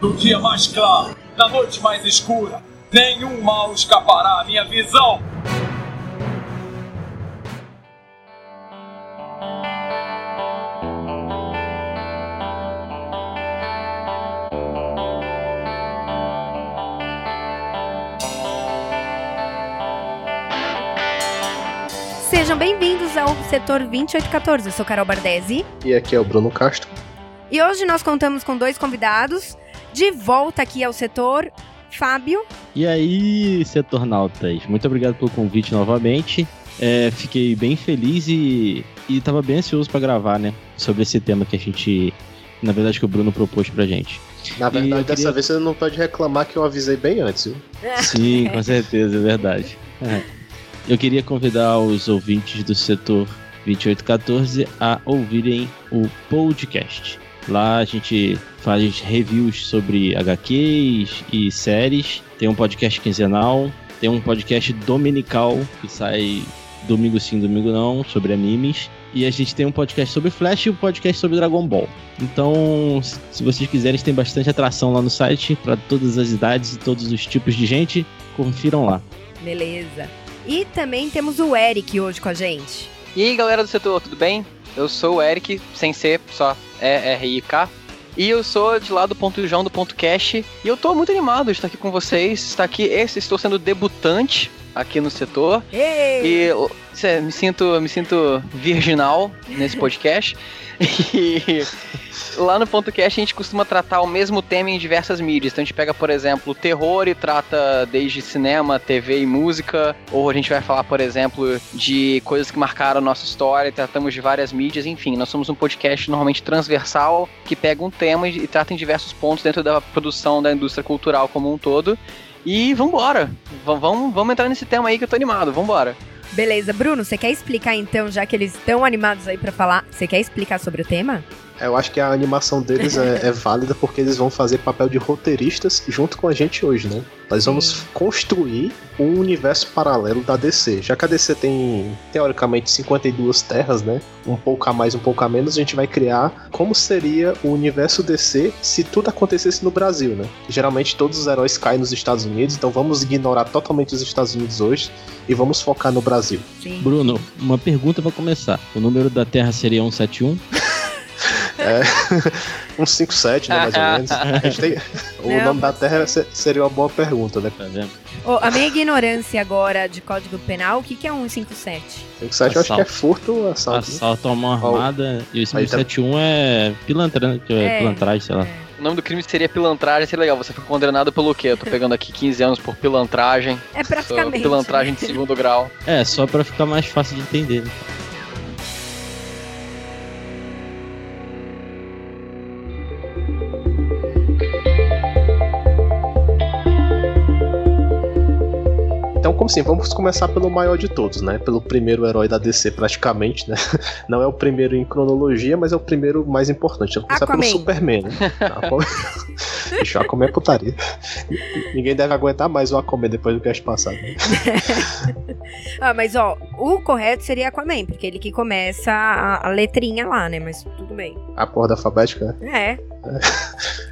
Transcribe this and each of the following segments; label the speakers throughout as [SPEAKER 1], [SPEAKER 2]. [SPEAKER 1] Do dia mais claro, da noite mais escura, nenhum mal escapará à minha visão.
[SPEAKER 2] Sejam bem-vindos ao Setor 2814. Eu sou Carol Bardesi.
[SPEAKER 3] E aqui é o Bruno Castro.
[SPEAKER 2] E hoje nós contamos com dois convidados. De volta aqui ao setor, Fábio.
[SPEAKER 4] E aí, Setornautas, muito obrigado pelo convite novamente. É, fiquei bem feliz e, e tava bem ansioso para gravar, né? Sobre esse tema que a gente. Na verdade, que o Bruno propôs pra gente.
[SPEAKER 3] Na
[SPEAKER 4] E
[SPEAKER 3] verdade,
[SPEAKER 4] eu queria-
[SPEAKER 3] dessa vez você não pode reclamar que eu avisei bem antes. viu?
[SPEAKER 4] Sim, com certeza, é verdade. É. Eu queria convidar os ouvintes do setor 2814 a ouvirem o podcast. Lá a gente faz reviews sobre HQs e séries. Tem um podcast quinzenal, tem um podcast dominical que sai domingo sim, domingo não, sobre animes. E a gente tem um podcast sobre Flash e um podcast sobre Dragon Ball. Então, se vocês quiserem, tem bastante atração lá no site para todas as idades e todos os tipos de gente. Confiram lá.
[SPEAKER 2] Beleza. E também temos o Eric hoje com a gente.
[SPEAKER 5] E aí galera do setor, tudo bem? Eu sou o Eric, sem ser só E-R-I-K. E eu sou de lá do ponto João do ponto Cash. E eu tô muito animado de estar aqui com vocês. Estar aqui, esse, estou sendo debutante aqui no setor.
[SPEAKER 2] Ei!
[SPEAKER 5] E eu, sé, me sinto, me sinto virginal nesse podcast. e lá no ponto cast a gente costuma tratar o mesmo tema em diversas mídias. Então a gente pega, por exemplo, o terror e trata desde cinema, TV e música. Ou a gente vai falar, por exemplo, de coisas que marcaram a nossa história, e tratamos de várias mídias, enfim, nós somos um podcast normalmente transversal que pega um tema e e trata em diversos pontos dentro da produção da indústria cultural como um todo. E vambora! V- Vamos, vamos entrar nesse tema aí que eu tô animado, vambora!
[SPEAKER 2] Beleza, Bruno, você quer explicar então, já que eles estão animados aí pra falar, você quer explicar sobre o tema?
[SPEAKER 3] Eu acho que a animação deles é, é válida porque eles vão fazer papel de roteiristas junto com a gente hoje, né? Nós vamos construir um universo paralelo da DC. Já que a DC tem, teoricamente, 52 terras, né? Um pouco a mais, um pouco a menos, a gente vai criar como seria o universo DC se tudo acontecesse no Brasil, né? Geralmente todos os heróis caem nos Estados Unidos, então vamos ignorar totalmente os Estados Unidos hoje e vamos focar no Brasil.
[SPEAKER 2] Sim.
[SPEAKER 4] Bruno, uma pergunta pra começar. O número da Terra seria 171?
[SPEAKER 3] Uns 5, 7, né, mais ou menos. A gente tem- O
[SPEAKER 2] Não,
[SPEAKER 3] nome da Terra se- seria uma boa pergunta, né?
[SPEAKER 4] Tá vendo?
[SPEAKER 2] Ô, a minha ignorância agora de código penal, o que, que é 157?
[SPEAKER 3] 5, 7 eu acho que é
[SPEAKER 4] Assalto.
[SPEAKER 3] furto ou assalto. né?
[SPEAKER 4] Assalto a mão
[SPEAKER 3] Qual?
[SPEAKER 4] armada e o
[SPEAKER 3] Aí tá-
[SPEAKER 4] 171 é pilantra, né? Que é
[SPEAKER 2] É.
[SPEAKER 4] pilantragem, sei lá.
[SPEAKER 5] O nome do crime seria pilantragem, seria legal. Você foi condenado pelo quê? Eu tô pegando aqui 15 anos por pilantragem.
[SPEAKER 2] É praticamente.
[SPEAKER 5] Pilantragem de segundo grau.
[SPEAKER 4] É, só pra ficar mais fácil de entender. né?
[SPEAKER 3] Então, como assim, vamos começar pelo maior de todos, né? Pelo primeiro herói da DC, praticamente, né? Não é o primeiro em cronologia, mas é o primeiro mais importante. Vamos começar
[SPEAKER 2] Aquaman.
[SPEAKER 3] pelo Superman, né? Aquaman- Deixa o Aquaman é putaria. Ninguém deve aguentar mais o Aquaman depois do cast passado. né?
[SPEAKER 2] Ah, mas ó, o correto seria Aquaman, porque ele que começa a, a letrinha lá, né? Mas tudo bem.
[SPEAKER 3] A porra da alfabética, né?
[SPEAKER 2] É.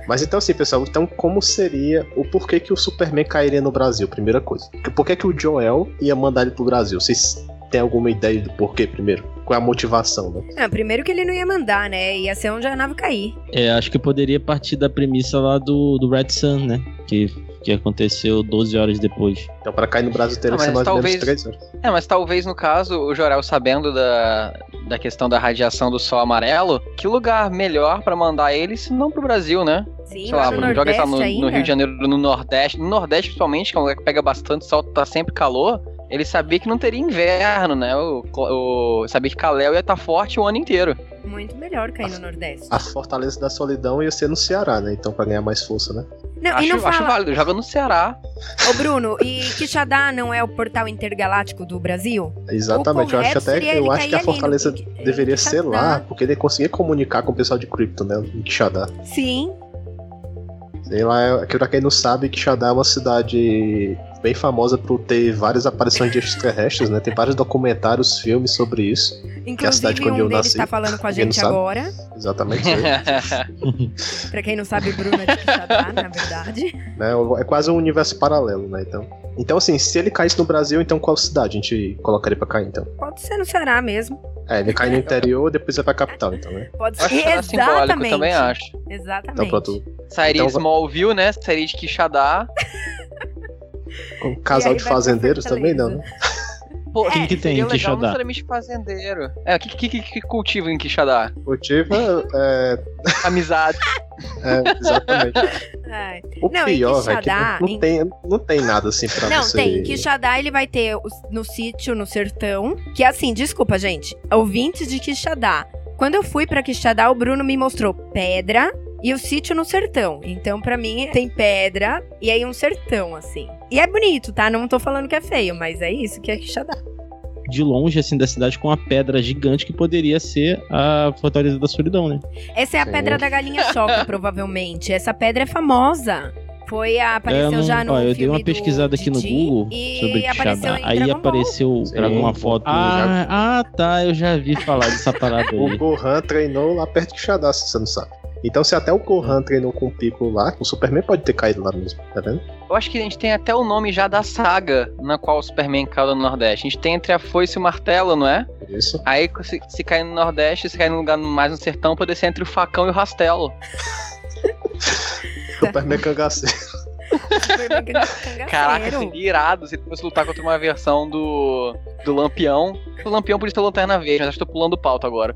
[SPEAKER 3] Mas então assim, pessoal, então como seria o porquê que o Superman cairia no Brasil? Primeira coisa. Por que que o Joel ia mandar ele pro Brasil? Vocês têm alguma ideia do porquê primeiro? Qual é a motivação, né?
[SPEAKER 2] Ah, primeiro que ele não ia mandar, né? Ia ser onde a nave cair.
[SPEAKER 4] É, acho que poderia partir da premissa lá do, do Red Sun, né? Que, que aconteceu 12 horas depois.
[SPEAKER 3] Então pra cair no Brasil teria
[SPEAKER 5] Ah,
[SPEAKER 3] que ser
[SPEAKER 5] mas
[SPEAKER 3] mais ou menos
[SPEAKER 5] talvez-
[SPEAKER 3] três horas.
[SPEAKER 5] É, mas talvez no caso, o Jorel sabendo da, da questão da radiação do sol amarelo, que lugar melhor pra mandar ele se não pro Brasil, né?
[SPEAKER 2] Sim,
[SPEAKER 5] Sei lá,
[SPEAKER 2] lá no
[SPEAKER 5] Bruno,
[SPEAKER 2] Nordeste
[SPEAKER 5] joga essa no, no
[SPEAKER 2] ainda.
[SPEAKER 5] Rio de Janeiro, no Nordeste. No Nordeste, principalmente, que é um lugar que pega bastante sol, tá sempre calor. Ele sabia que não teria inverno, né? O, o, sabia que Caléu ia estar forte o ano inteiro.
[SPEAKER 2] Muito melhor cair no Nordeste.
[SPEAKER 5] Ah,
[SPEAKER 3] A Fortaleza da Solidão ia ser no Ceará, né? Então pra ganhar mais força, né?
[SPEAKER 2] Não, e
[SPEAKER 5] acho,
[SPEAKER 2] não
[SPEAKER 5] acho
[SPEAKER 2] fala...
[SPEAKER 5] válido, joga no Ceará.
[SPEAKER 2] Ô, Bruno, e Quixadá não é o portal intergaláctico do Brasil?
[SPEAKER 3] Exatamente.
[SPEAKER 2] O
[SPEAKER 3] Eu acho
[SPEAKER 2] correto
[SPEAKER 3] até
[SPEAKER 2] seria ele
[SPEAKER 3] eu acho que
[SPEAKER 2] cair
[SPEAKER 3] a
[SPEAKER 2] ali no
[SPEAKER 3] Fortaleza
[SPEAKER 2] Quix- em
[SPEAKER 3] deveria ser lá,
[SPEAKER 2] Quixadá.
[SPEAKER 3] porque ele conseguia comunicar com o pessoal de Krypton, né? Em Quixadá.
[SPEAKER 2] Sim.
[SPEAKER 3] Sei lá, é- que pra quem não sabe, Quixadá é uma cidade bem famosa por ter várias aparições de extraterrestres, né? Tem vários documentários, filmes sobre isso.
[SPEAKER 2] Inclusive,
[SPEAKER 3] Que é a cidade onde
[SPEAKER 2] um
[SPEAKER 3] eu
[SPEAKER 2] deles
[SPEAKER 3] nasci.
[SPEAKER 2] tá falando com a
[SPEAKER 3] Alguém não
[SPEAKER 2] gente
[SPEAKER 3] sabe?
[SPEAKER 2] agora.
[SPEAKER 3] Exatamente né? isso. aí,
[SPEAKER 2] Pra quem não sabe, o Bruno é de Quixadá, na verdade.
[SPEAKER 3] né? É quase um universo paralelo, né? Então, então assim, se ele caísse no Brasil, então qual cidade a gente colocaria pra cair, então?
[SPEAKER 2] Pode ser no Ceará mesmo.
[SPEAKER 3] É, ele cai no interior, depois vai pra capital, então, né?
[SPEAKER 2] Pode ser.
[SPEAKER 5] acho que era simbólico, também acho.
[SPEAKER 2] Exatamente.
[SPEAKER 3] Então pronto,
[SPEAKER 5] Sairia
[SPEAKER 3] Então va-
[SPEAKER 5] Smallville, né? Sairia de Quixadá.
[SPEAKER 3] um
[SPEAKER 2] E
[SPEAKER 3] casal
[SPEAKER 2] aí
[SPEAKER 3] de
[SPEAKER 2] vai pra
[SPEAKER 3] fazendeiros também
[SPEAKER 2] Fortaleza.
[SPEAKER 3] não, né?
[SPEAKER 5] Pô,
[SPEAKER 4] Quem que tem em
[SPEAKER 5] É, seria legal
[SPEAKER 4] Quixadá?
[SPEAKER 5] necessariamente fazendeiro. É, o que, que, que- que cultiva em Quixadá?
[SPEAKER 3] Motivo é,
[SPEAKER 5] Amizade.
[SPEAKER 3] é, exatamente.
[SPEAKER 2] Ai.
[SPEAKER 3] O
[SPEAKER 2] Não, em
[SPEAKER 3] pior, velho, que
[SPEAKER 2] Quixadá,
[SPEAKER 3] não, não
[SPEAKER 2] em-
[SPEAKER 3] tem, não tem nada assim pra
[SPEAKER 2] Não,
[SPEAKER 3] você...
[SPEAKER 2] tem. Quixadá, ele vai ter os- no sítio, no sertão. Que assim, desculpa, gente. Ouvintes de Quixadá. Quando eu fui pra Quixadá, o Bruno me mostrou pedra e o sítio no sertão. Então, pra mim, tem pedra e aí um sertão, assim. E é bonito, tá? Não tô falando que é feio, mas é isso que é Quixadá.
[SPEAKER 4] de longe, assim, da cidade com uma pedra gigante que poderia ser a Fortaleza da Solidão, né?
[SPEAKER 2] Essa é a
[SPEAKER 3] Sim.
[SPEAKER 2] pedra da galinha choca, provavelmente. Essa pedra é famosa. Foi a, apareceu
[SPEAKER 4] É, eu não-
[SPEAKER 2] já no
[SPEAKER 4] ó, eu
[SPEAKER 2] filme
[SPEAKER 4] dei uma
[SPEAKER 2] do
[SPEAKER 4] pesquisada aqui no
[SPEAKER 2] Didi
[SPEAKER 4] Google
[SPEAKER 2] e
[SPEAKER 4] sobre
[SPEAKER 2] apareceu
[SPEAKER 4] Quixadá.
[SPEAKER 2] em
[SPEAKER 4] Aí
[SPEAKER 2] Dragon Ball.
[SPEAKER 4] apareceu
[SPEAKER 3] Sim.
[SPEAKER 4] alguma foto.
[SPEAKER 3] Ah,
[SPEAKER 4] Ah, ah, tá, eu já vi falar dessa parada
[SPEAKER 3] O
[SPEAKER 4] aí.
[SPEAKER 3] Gohan treinou lá perto de Quixadá, se você não sabe. Então, se até o Gohan treinou com o Piccolo lá, o Superman pode ter caído lá mesmo, tá vendo?
[SPEAKER 5] Eu acho que a gente tem até o nome já da saga na qual o Superman caiu no Nordeste. A gente tem entre a foice e o martelo, não é?
[SPEAKER 3] Por isso.
[SPEAKER 5] Aí se, se cair no Nordeste, se cair num lugar mais no sertão, poderia ser entre o facão e o rastelo.
[SPEAKER 3] Superman cangaceiro.
[SPEAKER 2] Superman um
[SPEAKER 4] É um
[SPEAKER 2] cangaceiro.
[SPEAKER 5] Caraca, assim, seria irado se ele fosse lutar contra uma versão do, do Lampião. O Lampião podia ter Lanterna Verde, mas acho que tô pulando pauta agora.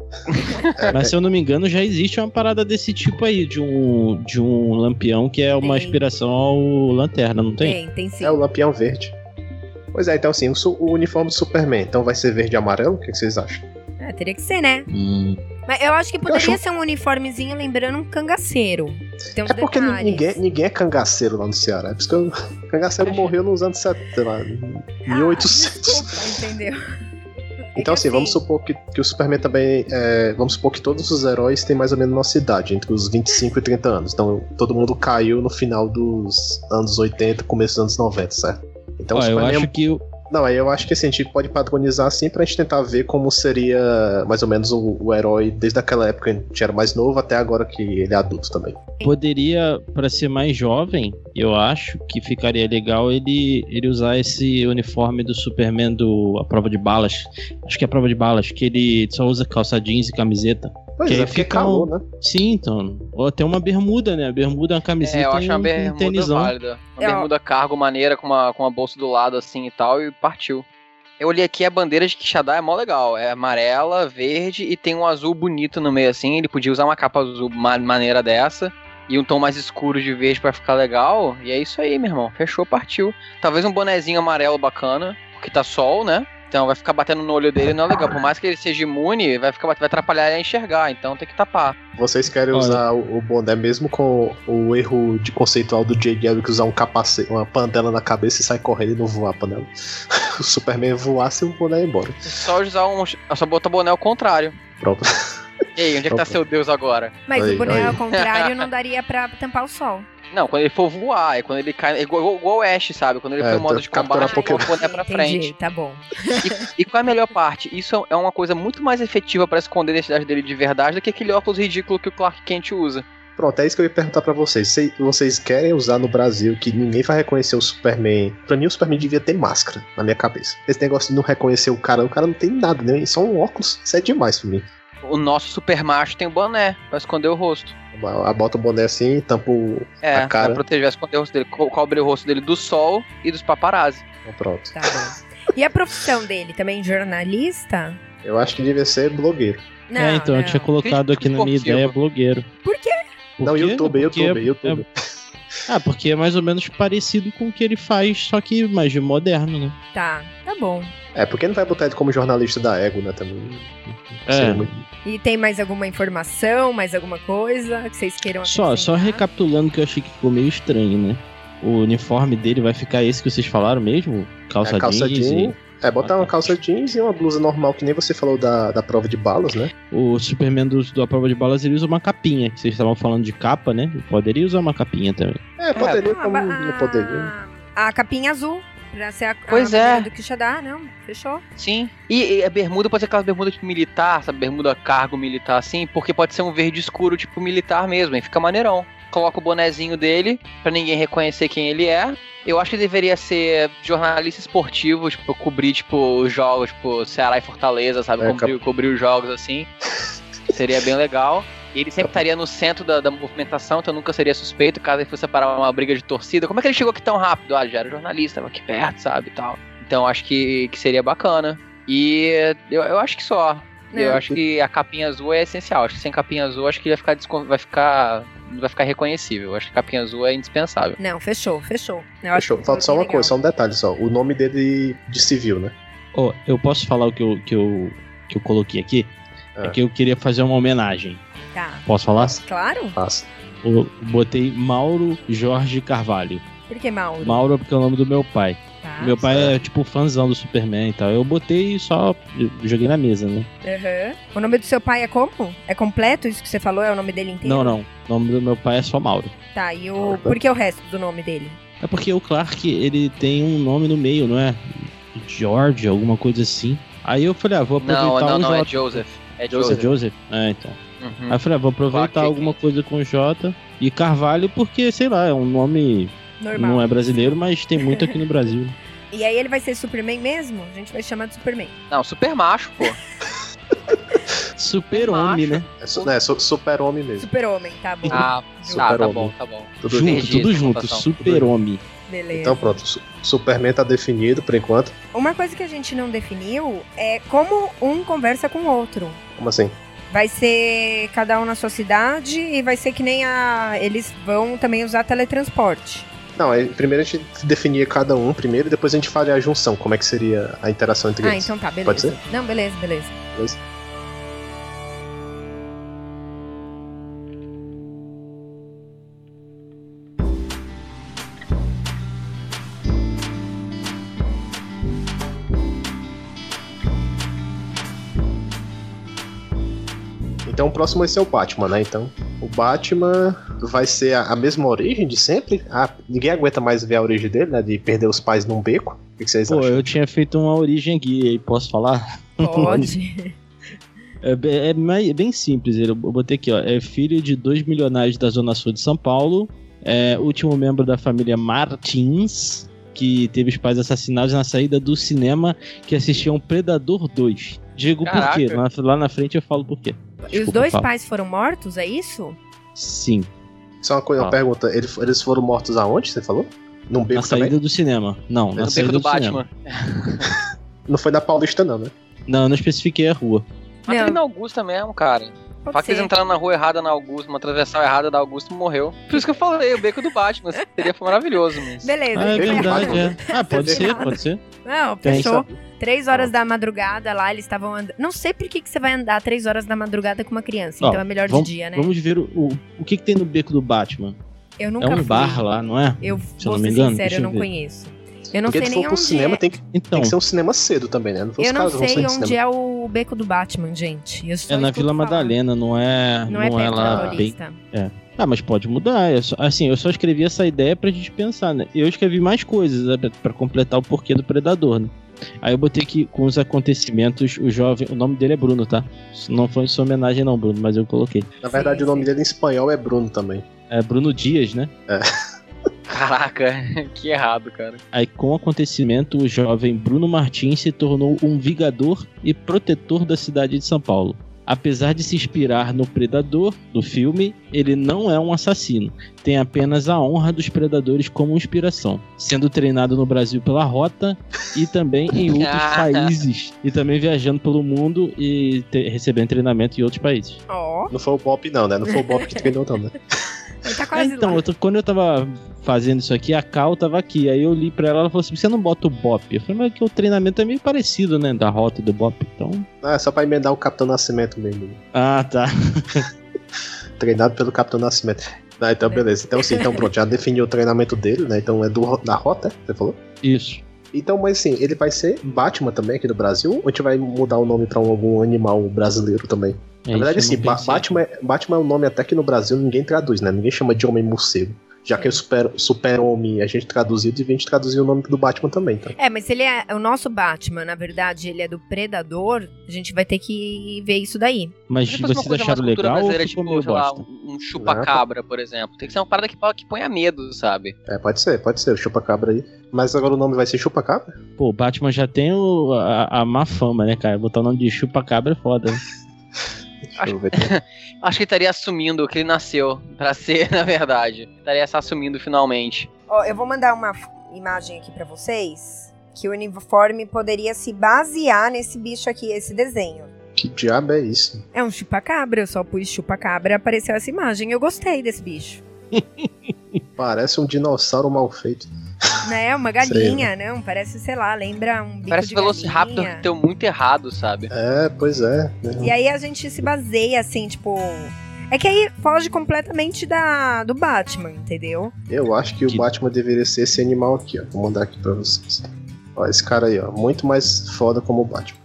[SPEAKER 4] Mas se eu não me engano, já existe uma parada desse tipo aí, de um, de um lampião que é uma
[SPEAKER 2] Tem.
[SPEAKER 4] aspiração ao lanterna, não tem?
[SPEAKER 2] Tem, tem sim.
[SPEAKER 3] É o Lampião Verde. Pois é, então sim, o, su- o uniforme do Superman, então vai ser verde e amarelo? O que, que vocês acham?
[SPEAKER 2] Ah, teria que ser, né?
[SPEAKER 4] Hum,
[SPEAKER 2] Mas eu acho que poderia
[SPEAKER 3] acho-
[SPEAKER 2] ser um uniformezinho lembrando um cangaceiro. Tem uns
[SPEAKER 3] É porque ni-
[SPEAKER 2] detalhes.
[SPEAKER 3] ninguém, ninguém é cangaceiro lá no Ceará. É por isso que o cangaceiro morreu nos anos 70, lá,
[SPEAKER 2] Ah,
[SPEAKER 3] 1800.
[SPEAKER 2] desculpa, entendeu?
[SPEAKER 3] Então, assim, vamos supor que, que o Superman também. é, vamos supor que todos os heróis têm mais ou menos nossa idade, entre os 25 e 30 anos. Então, todo mundo caiu no final dos anos 80, começo dos anos 90, certo? Então, o
[SPEAKER 4] ó, eu
[SPEAKER 3] Superman.
[SPEAKER 4] acho que o-
[SPEAKER 3] Não, aí eu acho que assim, a gente pode padronizar assim pra gente tentar ver como seria mais ou menos o, o herói desde aquela época que a gente era mais novo até agora que ele é adulto também.
[SPEAKER 4] poderia, pra ser mais jovem, eu acho que ficaria legal ele, ele usar esse uniforme do Superman do A Prova de Balas. Acho que é a Prova de Balas, que ele só usa calça jeans e camiseta.
[SPEAKER 3] Pois
[SPEAKER 4] Que aí
[SPEAKER 3] é, porque
[SPEAKER 4] fica um
[SPEAKER 3] calor, né?
[SPEAKER 4] Sim, então. Ou até uma bermuda, né? A bermuda é uma camiseta
[SPEAKER 5] É, eu acho
[SPEAKER 4] e um
[SPEAKER 5] uma bermuda
[SPEAKER 4] tênisão.
[SPEAKER 5] válida. Uma
[SPEAKER 2] É, ó.
[SPEAKER 5] bermuda cargo maneira com uma, com uma bolsa do lado assim e tal, e partiu. Eu olhei aqui a bandeira de Quixadá é mó legal. É amarela, verde e tem um azul bonito no meio assim. Ele podia usar uma capa azul ma- maneira dessa. E um tom mais escuro de verde pra ficar legal. E é isso aí, meu irmão. Fechou, partiu. Talvez um bonezinho amarelo bacana. Porque tá sol, né? Então vai ficar batendo no olho dele, não é legal. Por mais que ele seja imune, vai, ficar, bat- vai atrapalhar ele a enxergar. Então tem que tapar.
[SPEAKER 3] Vocês querem
[SPEAKER 4] Olha.
[SPEAKER 3] usar o, o boné mesmo com o erro de conceitual do Jay Garrick usar um capacete, uma pandela na cabeça e sai correndo e não voar a panela. o Superman voasse e o boné ia embora.
[SPEAKER 5] Só usar um. Só botar o boné ao contrário.
[SPEAKER 3] Pronto.
[SPEAKER 5] E aí, onde é que tá
[SPEAKER 3] Opa.
[SPEAKER 5] seu Deus agora?
[SPEAKER 2] Mas
[SPEAKER 3] Aí,
[SPEAKER 2] o boné
[SPEAKER 3] aí.
[SPEAKER 2] ao contrário não daria pra tampar o sol.
[SPEAKER 5] Não, quando ele for voar, é quando ele cai. É igual, igual o Ash, sabe? Quando ele
[SPEAKER 3] É,
[SPEAKER 5] foi em modo de
[SPEAKER 3] capturar
[SPEAKER 5] combate, ele
[SPEAKER 3] Pokémon.
[SPEAKER 5] coloca o boné pra
[SPEAKER 2] Entendi,
[SPEAKER 5] frente.
[SPEAKER 2] tá bom.
[SPEAKER 5] E qual é a melhor parte? Isso é uma coisa muito mais efetiva pra esconder a identidade dele de verdade do que aquele óculos ridículo que o Clark Kent usa.
[SPEAKER 3] Pronto, é isso que eu ia perguntar pra vocês. Se vocês querem usar no Brasil que ninguém vai reconhecer o Superman? Pra mim, o Superman devia ter máscara, na minha cabeça. Esse negócio de não reconhecer o cara, o cara não tem nada, né? Só um óculos, isso é demais pra mim.
[SPEAKER 5] O nosso super macho tem um boné pra esconder o rosto.
[SPEAKER 3] A- a- Bota o boné assim, tampa o.
[SPEAKER 5] É,
[SPEAKER 3] A cara.
[SPEAKER 5] pra proteger, esconder o rosto dele. Co- Cobre o rosto dele do sol e dos paparazzi.
[SPEAKER 3] Pronto.
[SPEAKER 2] Tá bom. E a profissão dele também jornalista?
[SPEAKER 3] Eu acho que devia ser blogueiro.
[SPEAKER 2] Não.
[SPEAKER 4] é, então,
[SPEAKER 2] não.
[SPEAKER 4] eu tinha colocado aqui na minha
[SPEAKER 5] Esportivo.
[SPEAKER 4] ideia blogueiro.
[SPEAKER 2] Por quê?
[SPEAKER 4] Por
[SPEAKER 3] não,
[SPEAKER 4] quê?
[SPEAKER 3] YouTube,
[SPEAKER 4] Porque- é
[SPEAKER 3] YouTube, YouTube.
[SPEAKER 4] Ah, porque é mais ou menos parecido com o que ele faz, só que mais moderno, né?
[SPEAKER 2] Tá, tá bom.
[SPEAKER 3] É, porque não vai botar ele como jornalista da Ego, né? Também.
[SPEAKER 4] É.
[SPEAKER 5] É.
[SPEAKER 3] Seria muito-
[SPEAKER 2] E tem mais alguma informação, mais alguma coisa que vocês queiram
[SPEAKER 4] Só, só
[SPEAKER 2] acrescentar?
[SPEAKER 4] recapitulando que eu achei que ficou meio estranho, né? O uniforme dele vai ficar esse que vocês falaram mesmo? Calça,
[SPEAKER 3] É, calça
[SPEAKER 4] jeans.
[SPEAKER 3] jeans.
[SPEAKER 4] e-
[SPEAKER 3] É, botar uma calça jeans e uma blusa normal, que nem você falou da, da prova de balas, né?
[SPEAKER 4] O Superman do, do A Prova de Balas, ele usa uma capinha, que vocês estavam falando de capa, né? Ele poderia usar uma capinha também.
[SPEAKER 3] É, poderia,
[SPEAKER 2] Ah,
[SPEAKER 3] como
[SPEAKER 2] ba- ah,
[SPEAKER 3] não poderia.
[SPEAKER 2] A capinha azul. Pra ser a, a
[SPEAKER 5] Pois é.
[SPEAKER 2] bermuda do Quixadá, não. Fechou.
[SPEAKER 5] Sim. E, e a bermuda pode ser aquela bermuda tipo militar, sabe? Bermuda cargo militar, assim, porque pode ser um verde escuro, tipo militar mesmo, e fica maneirão. Coloca o bonezinho dele, pra ninguém reconhecer quem ele é. Eu acho que deveria ser jornalista esportivo, tipo, cobrir, tipo, os jogos, tipo, Ceará e Fortaleza, sabe?
[SPEAKER 3] É,
[SPEAKER 5] cobrir, cobrir os jogos, assim. Seria bem legal. E ele sempre estaria no centro da, da movimentação, então nunca seria suspeito caso ele fosse parar uma briga de torcida. Como é que ele chegou aqui tão rápido? Ah, já era jornalista, tava aqui perto, sabe, e tal. Então acho que, que seria bacana. E eu, eu acho que só. Eu
[SPEAKER 2] Não.
[SPEAKER 5] acho que a capinha azul é essencial. Acho que sem capinha azul, acho que vai ficar, descon- vai ficar, não vai ficar reconhecível. Acho que capinha azul é indispensável.
[SPEAKER 2] Não, fechou, fechou. Eu acho
[SPEAKER 3] Fechou.
[SPEAKER 2] que
[SPEAKER 3] Falta só
[SPEAKER 2] foi
[SPEAKER 3] uma
[SPEAKER 2] bem
[SPEAKER 3] coisa, só
[SPEAKER 2] legal.
[SPEAKER 3] um detalhe só. O nome dele de civil, né?
[SPEAKER 4] Ó, eu posso falar o que eu, que eu, que eu coloquei aqui?
[SPEAKER 3] Ah.
[SPEAKER 4] É que eu queria fazer uma homenagem.
[SPEAKER 2] Tá.
[SPEAKER 4] Posso falar?
[SPEAKER 2] Claro?
[SPEAKER 3] Mas,
[SPEAKER 4] Eu botei Mauro Jorge Carvalho.
[SPEAKER 2] Por que Mauro?
[SPEAKER 4] Mauro é porque é o nome do meu pai.
[SPEAKER 5] Ah,
[SPEAKER 2] Tá.
[SPEAKER 4] Meu pai é tipo fãzão do Superman e tal. Eu botei e só joguei na mesa, né?
[SPEAKER 2] Aham. O nome do seu pai é como? É completo isso que você falou? É o nome dele inteiro?
[SPEAKER 4] Não, não. O nome do meu pai é só Mauro.
[SPEAKER 2] Tá, e
[SPEAKER 3] é
[SPEAKER 2] o. Por que o resto do nome dele?
[SPEAKER 4] É porque o Clark, ele tem um nome no meio, não é? George, alguma coisa assim. Aí eu falei, ah, vou aproveitar
[SPEAKER 5] Não, não,
[SPEAKER 4] um
[SPEAKER 5] não, é
[SPEAKER 4] J.
[SPEAKER 5] Joseph. É
[SPEAKER 4] É
[SPEAKER 5] Joseph.
[SPEAKER 4] Joseph? Ah, então.
[SPEAKER 5] Uhum.
[SPEAKER 4] Aí eu falei, ah, vou aproveitar
[SPEAKER 5] Clark.
[SPEAKER 4] alguma coisa com J. E Carvalho, porque, sei lá, é um nome.
[SPEAKER 2] Normal.
[SPEAKER 4] Não é brasileiro, mas tem muito aqui no Brasil.
[SPEAKER 2] E aí ele vai ser Superman mesmo? A gente vai chamar de Superman.
[SPEAKER 5] Não, super macho, pô.
[SPEAKER 4] Super-homem, né?
[SPEAKER 3] é su- né, su- super-homem mesmo.
[SPEAKER 2] Super-Homem, tá bom.
[SPEAKER 5] Ah, tá, tá
[SPEAKER 3] Super-homem.
[SPEAKER 5] bom, tá bom.
[SPEAKER 3] Tudo
[SPEAKER 4] Junto,
[SPEAKER 3] junto.
[SPEAKER 5] Perdi
[SPEAKER 4] tudo
[SPEAKER 5] essa
[SPEAKER 4] junto.
[SPEAKER 5] votação.
[SPEAKER 4] Super-homem.
[SPEAKER 2] Beleza.
[SPEAKER 3] Então pronto, su- Superman tá definido por enquanto.
[SPEAKER 2] Uma coisa que a gente não definiu é como um conversa com o outro.
[SPEAKER 3] Como assim?
[SPEAKER 2] Vai ser cada um na sua cidade e vai ser que nem a. Eles vão também usar teletransporte.
[SPEAKER 3] Não, aí primeiro a gente definia cada um primeiro e depois a gente faria a junção, como é que seria a interação entre
[SPEAKER 2] Ah,
[SPEAKER 3] eles.
[SPEAKER 2] então tá, beleza.
[SPEAKER 3] Pode
[SPEAKER 2] Não, beleza, beleza.
[SPEAKER 3] Beleza. Então o próximo vai ser o Batman, né? Então o Batman vai ser a, a mesma origem de sempre. Ah, ninguém aguenta mais ver a origem dele, né? De perder os pais num beco. O que que vocês
[SPEAKER 4] Pô,
[SPEAKER 3] acham?
[SPEAKER 4] eu tinha feito uma origem aqui, aí posso falar?
[SPEAKER 2] Pode.
[SPEAKER 4] É, be- é mai- bem simples, ele- eu botei aqui, ó. É filho de dois milionários da Zona Sul de São Paulo. É último membro da família Martins, que teve os pais assassinados na saída do cinema que assistiam Predador 2. Digo por
[SPEAKER 5] Caraca.
[SPEAKER 4] quê? Lá, lá na frente eu falo por quê.
[SPEAKER 2] e os
[SPEAKER 4] Desculpa,
[SPEAKER 2] dois
[SPEAKER 4] fala.
[SPEAKER 2] pais foram mortos, é isso?
[SPEAKER 4] Sim,
[SPEAKER 3] Só uma, coisa, uma
[SPEAKER 4] Ah.
[SPEAKER 3] pergunta, ele- eles foram mortos aonde, você falou? Num
[SPEAKER 4] na
[SPEAKER 3] beco
[SPEAKER 4] saída
[SPEAKER 3] também?
[SPEAKER 4] do cinema. Não, na
[SPEAKER 5] No
[SPEAKER 4] saída
[SPEAKER 5] beco
[SPEAKER 4] do,
[SPEAKER 5] do
[SPEAKER 4] cinema.
[SPEAKER 5] Batman.
[SPEAKER 3] Não foi na Paulista não, né?
[SPEAKER 4] Não, eu não especifiquei a rua.
[SPEAKER 5] Mas
[SPEAKER 2] Não.
[SPEAKER 5] teve na Tá Augusta mesmo, cara. O
[SPEAKER 2] Pode
[SPEAKER 5] fato que eles
[SPEAKER 2] ser.
[SPEAKER 5] entraram na rua errada na Augusta, uma travessão errada da Augusta morreu. Por isso que eu falei, o beco do Batman. Seria maravilhoso, mesmo.
[SPEAKER 2] Beleza.
[SPEAKER 4] Ah, é
[SPEAKER 3] Beco do
[SPEAKER 4] verdade,
[SPEAKER 3] Batman.
[SPEAKER 4] é. Ah, pode ser,
[SPEAKER 2] Errado.
[SPEAKER 4] pode ser.
[SPEAKER 2] Não,
[SPEAKER 4] Tem,
[SPEAKER 2] fechou.
[SPEAKER 3] só-
[SPEAKER 2] Três horas da madrugada lá, eles estavam andando. Não sei por que, que você vai andar três horas da madrugada com uma criança.
[SPEAKER 4] Ó,
[SPEAKER 2] então é melhor
[SPEAKER 4] vamos-
[SPEAKER 2] de dia, né?
[SPEAKER 4] Vamos ver o, o, o que, que tem no beco do Batman.
[SPEAKER 2] eu nunca
[SPEAKER 4] É um
[SPEAKER 2] fui.
[SPEAKER 4] bar lá, não é?
[SPEAKER 2] Eu
[SPEAKER 4] eu
[SPEAKER 2] vou
[SPEAKER 4] não
[SPEAKER 2] ser
[SPEAKER 4] me engano,
[SPEAKER 2] sincera,
[SPEAKER 4] deixa
[SPEAKER 2] eu
[SPEAKER 4] eu
[SPEAKER 2] não
[SPEAKER 4] ver.
[SPEAKER 2] conheço. Eu não
[SPEAKER 3] Porque
[SPEAKER 2] sei
[SPEAKER 3] se
[SPEAKER 2] nem
[SPEAKER 3] for pro
[SPEAKER 2] onde
[SPEAKER 3] cinema,
[SPEAKER 2] é.
[SPEAKER 3] tem que,
[SPEAKER 4] Então,
[SPEAKER 3] tem que ser um cinema cedo também, né? Não foi
[SPEAKER 2] Eu
[SPEAKER 3] os
[SPEAKER 2] não
[SPEAKER 3] caras vão
[SPEAKER 2] sei
[SPEAKER 3] sair do
[SPEAKER 2] onde
[SPEAKER 3] cinema.
[SPEAKER 2] é o Beco do Batman, gente. Eu só
[SPEAKER 4] é na
[SPEAKER 2] escuto
[SPEAKER 4] Vila
[SPEAKER 2] falar.
[SPEAKER 4] Madalena, não é,
[SPEAKER 2] Não, é perto
[SPEAKER 4] lá
[SPEAKER 2] da
[SPEAKER 4] bem
[SPEAKER 2] Paulista.
[SPEAKER 4] Ah, mas pode mudar. é só- assim, eu só escrevi essa ideia pra gente pensar, né? Eu escrevi mais coisas né, pra- pra completar o porquê do Predador, né? Aí eu botei aqui com os acontecimentos, o jovem. O nome dele é Bruno, tá? Isso Não foi em sua homenagem, não, Bruno, mas eu coloquei.
[SPEAKER 3] Na verdade,
[SPEAKER 2] é. Sim,
[SPEAKER 3] o nome
[SPEAKER 2] sim.
[SPEAKER 3] dele em espanhol é Bruno também.
[SPEAKER 4] É Bruno Dias, né?
[SPEAKER 5] Caraca, que errado, cara.
[SPEAKER 4] Aí, com o acontecimento, o jovem Bruno Martins se tornou um vigador e protetor da cidade de São Paulo. Apesar de se inspirar no Predador do filme, ele não é um assassino. Tem apenas a honra dos predadores como inspiração, sendo treinado no Brasil pela Rota e também em outros países. E também viajando pelo mundo e te- recebendo treinamento em outros países.
[SPEAKER 2] Ó,
[SPEAKER 3] Não foi o Bop não, né? Não foi o Bop que treinou não, né?
[SPEAKER 2] ele tá quase
[SPEAKER 4] então,
[SPEAKER 2] lá.
[SPEAKER 4] eu tô- quando eu tava fazendo isso aqui, a Cal tava aqui. Aí eu li pra ela, ela falou assim: você não bota o Bop? Eu falei, mas que o treinamento é meio parecido, né? Da rota e do Bop. Então.
[SPEAKER 3] Ah, é só pra emendar o Capitão Nascimento mesmo.
[SPEAKER 4] Ah, tá.
[SPEAKER 3] Treinado pelo Capitão Nascimento. Ah, então beleza. Então sim, então pronto, já definiu o treinamento dele, né? Então é do, da rota, você falou?
[SPEAKER 4] Isso. É
[SPEAKER 3] Então, mas sim, ele vai ser Batman também aqui do Brasil? Ou a gente vai mudar o nome pra um, algum animal brasileiro também? Na verdade,
[SPEAKER 4] É, isso
[SPEAKER 3] assim,
[SPEAKER 4] eu não
[SPEAKER 3] Ba-
[SPEAKER 4] pensei.
[SPEAKER 3] Batman, é- Batman é um nome até que no Brasil ninguém traduz, né? Ninguém chama de homem morcego. Já que é super- Super-Homem a gente traduziu, devia a gente traduzir o nome do Batman também, tá?
[SPEAKER 2] É, mas ele é o nosso Batman, na verdade, ele é do Predador. A gente vai ter que ver isso daí.
[SPEAKER 4] Mas
[SPEAKER 5] Se fosse uma
[SPEAKER 4] vocês
[SPEAKER 5] coisa mais
[SPEAKER 4] acharam
[SPEAKER 5] cultura
[SPEAKER 4] legal ou
[SPEAKER 5] brasileira,
[SPEAKER 4] ficou
[SPEAKER 5] tipo,
[SPEAKER 4] meio
[SPEAKER 5] sei lá,
[SPEAKER 4] bosta?
[SPEAKER 5] um um chupa-cabra, por exemplo. Tem que ser uma parada que, que ponha medo, sabe?
[SPEAKER 3] É, pode ser, pode ser, o Chupacabra aí. Mas agora o nome vai ser Chupacabra?
[SPEAKER 5] um-
[SPEAKER 4] Pô, o Batman já tem o- a, a má fama, né, cara? Botar o nome de chupa-cabra é foda. né?
[SPEAKER 3] Deixa eu ver aqui.
[SPEAKER 5] Acho que estaria assumindo que ele nasceu pra ser, na verdade. Estaria se assumindo finalmente.
[SPEAKER 6] Ó, eu vou mandar uma f- imagem aqui pra vocês que o uniforme poderia se basear nesse bicho aqui, esse desenho.
[SPEAKER 3] que diabo é isso?
[SPEAKER 2] É um chupacabra, eu só pus chupacabra, apareceu essa imagem. Eu gostei desse bicho.
[SPEAKER 3] Parece um dinossauro mal feito.
[SPEAKER 2] Né? Uma
[SPEAKER 3] Sei,
[SPEAKER 2] galinha, não? Parece, sei lá, lembra um bico
[SPEAKER 5] Parece
[SPEAKER 2] de
[SPEAKER 5] o Velociraptor
[SPEAKER 2] galinha.
[SPEAKER 5] que um deu muito errado, sabe?
[SPEAKER 3] É, pois é.
[SPEAKER 2] E aí a gente se baseia, assim, tipo. É que aí foge completamente da, do Batman, entendeu?
[SPEAKER 3] Eu acho que o
[SPEAKER 4] Que-
[SPEAKER 3] Batman deveria ser esse animal aqui, ó. Vou mandar aqui pra vocês. Ó, esse cara aí, ó. Muito mais foda como o Batman.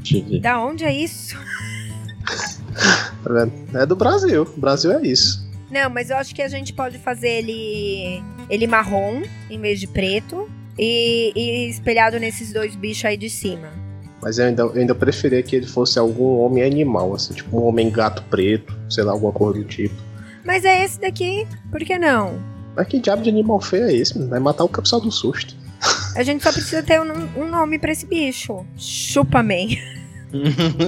[SPEAKER 4] Deixa eu ver.
[SPEAKER 2] Da onde é isso?
[SPEAKER 3] Tá vendo? É do Brasil. O Brasil é isso.
[SPEAKER 2] Não, mas eu acho que a gente pode fazer ele. ele marrom em vez de preto. E, e espelhado nesses dois bichos aí de cima.
[SPEAKER 3] Mas eu ainda, eu ainda preferia que ele fosse algum homem animal, assim, tipo um homem gato preto, sei lá, alguma coisa do tipo.
[SPEAKER 2] Mas é esse daqui, por que não?
[SPEAKER 3] Mas que diabo de animal feio é esse, mano? Vai matar o capsal do susto.
[SPEAKER 2] A gente só precisa ter um, um nome pra esse bicho. Chupa-man.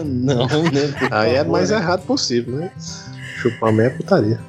[SPEAKER 4] não, né? por
[SPEAKER 3] Aí é
[SPEAKER 4] favor,
[SPEAKER 3] mais
[SPEAKER 4] né?
[SPEAKER 3] errado possível, né? Chupamé é putaria.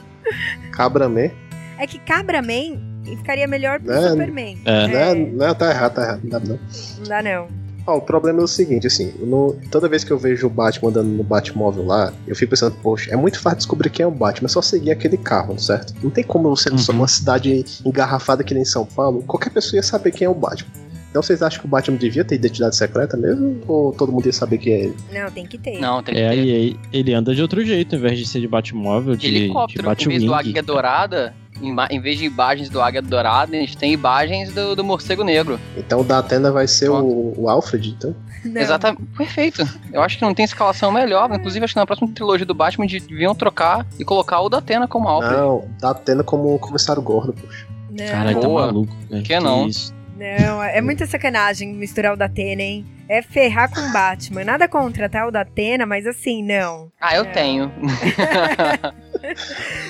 [SPEAKER 3] Cabramé.
[SPEAKER 2] É que cabra-man ficaria melhor pro
[SPEAKER 3] É,
[SPEAKER 2] Superman.
[SPEAKER 4] é.
[SPEAKER 3] Né? Não, tá errado, tá errado. Não dá não.
[SPEAKER 2] Não dá não.
[SPEAKER 3] Ó, o problema é o seguinte, assim, no- toda vez que eu vejo o Batman andando no Batmóvel lá, eu fico pensando, poxa, é muito fácil descobrir quem é o Batman, é só seguir aquele carro, certo? Não tem como você,
[SPEAKER 4] Uhum.
[SPEAKER 3] numa cidade engarrafada que nem São Paulo, qualquer pessoa ia saber quem é o Batman. Então vocês acham que o Batman devia ter identidade secreta mesmo? Ou todo mundo ia saber quem é ele?
[SPEAKER 2] Não, tem que ter.
[SPEAKER 5] Não, tem que
[SPEAKER 4] É,
[SPEAKER 5] ter
[SPEAKER 4] e aí ele anda de outro jeito, em vez de ser de Batmóvel,
[SPEAKER 5] de
[SPEAKER 4] de, de
[SPEAKER 5] helicóptero. em vez do
[SPEAKER 4] Batwing.
[SPEAKER 5] Águia Dourada, em, ma- em vez de imagens do Águia Dourada, a gente tem imagens do, do Morcego Negro.
[SPEAKER 3] Então o da Atena vai ser o, o Alfred, então?
[SPEAKER 2] Não.
[SPEAKER 5] Exatamente. Perfeito. Eu acho que não tem escalação melhor. Inclusive, acho que na próxima trilogia do Batman deviam trocar e colocar o da Atena como Alfred.
[SPEAKER 3] Não, da Atena como o comissário gordo, poxa.
[SPEAKER 2] Não,
[SPEAKER 4] Caralho, tá
[SPEAKER 5] Boa.
[SPEAKER 4] maluco, né?
[SPEAKER 5] Que não.
[SPEAKER 4] isso.
[SPEAKER 2] não, é muita sacanagem misturar o da Atena, hein? É ferrar com o Batman. Nada contra, tá? O da Atena, mas assim, não.
[SPEAKER 5] Ah, eu
[SPEAKER 2] É.
[SPEAKER 5] tenho.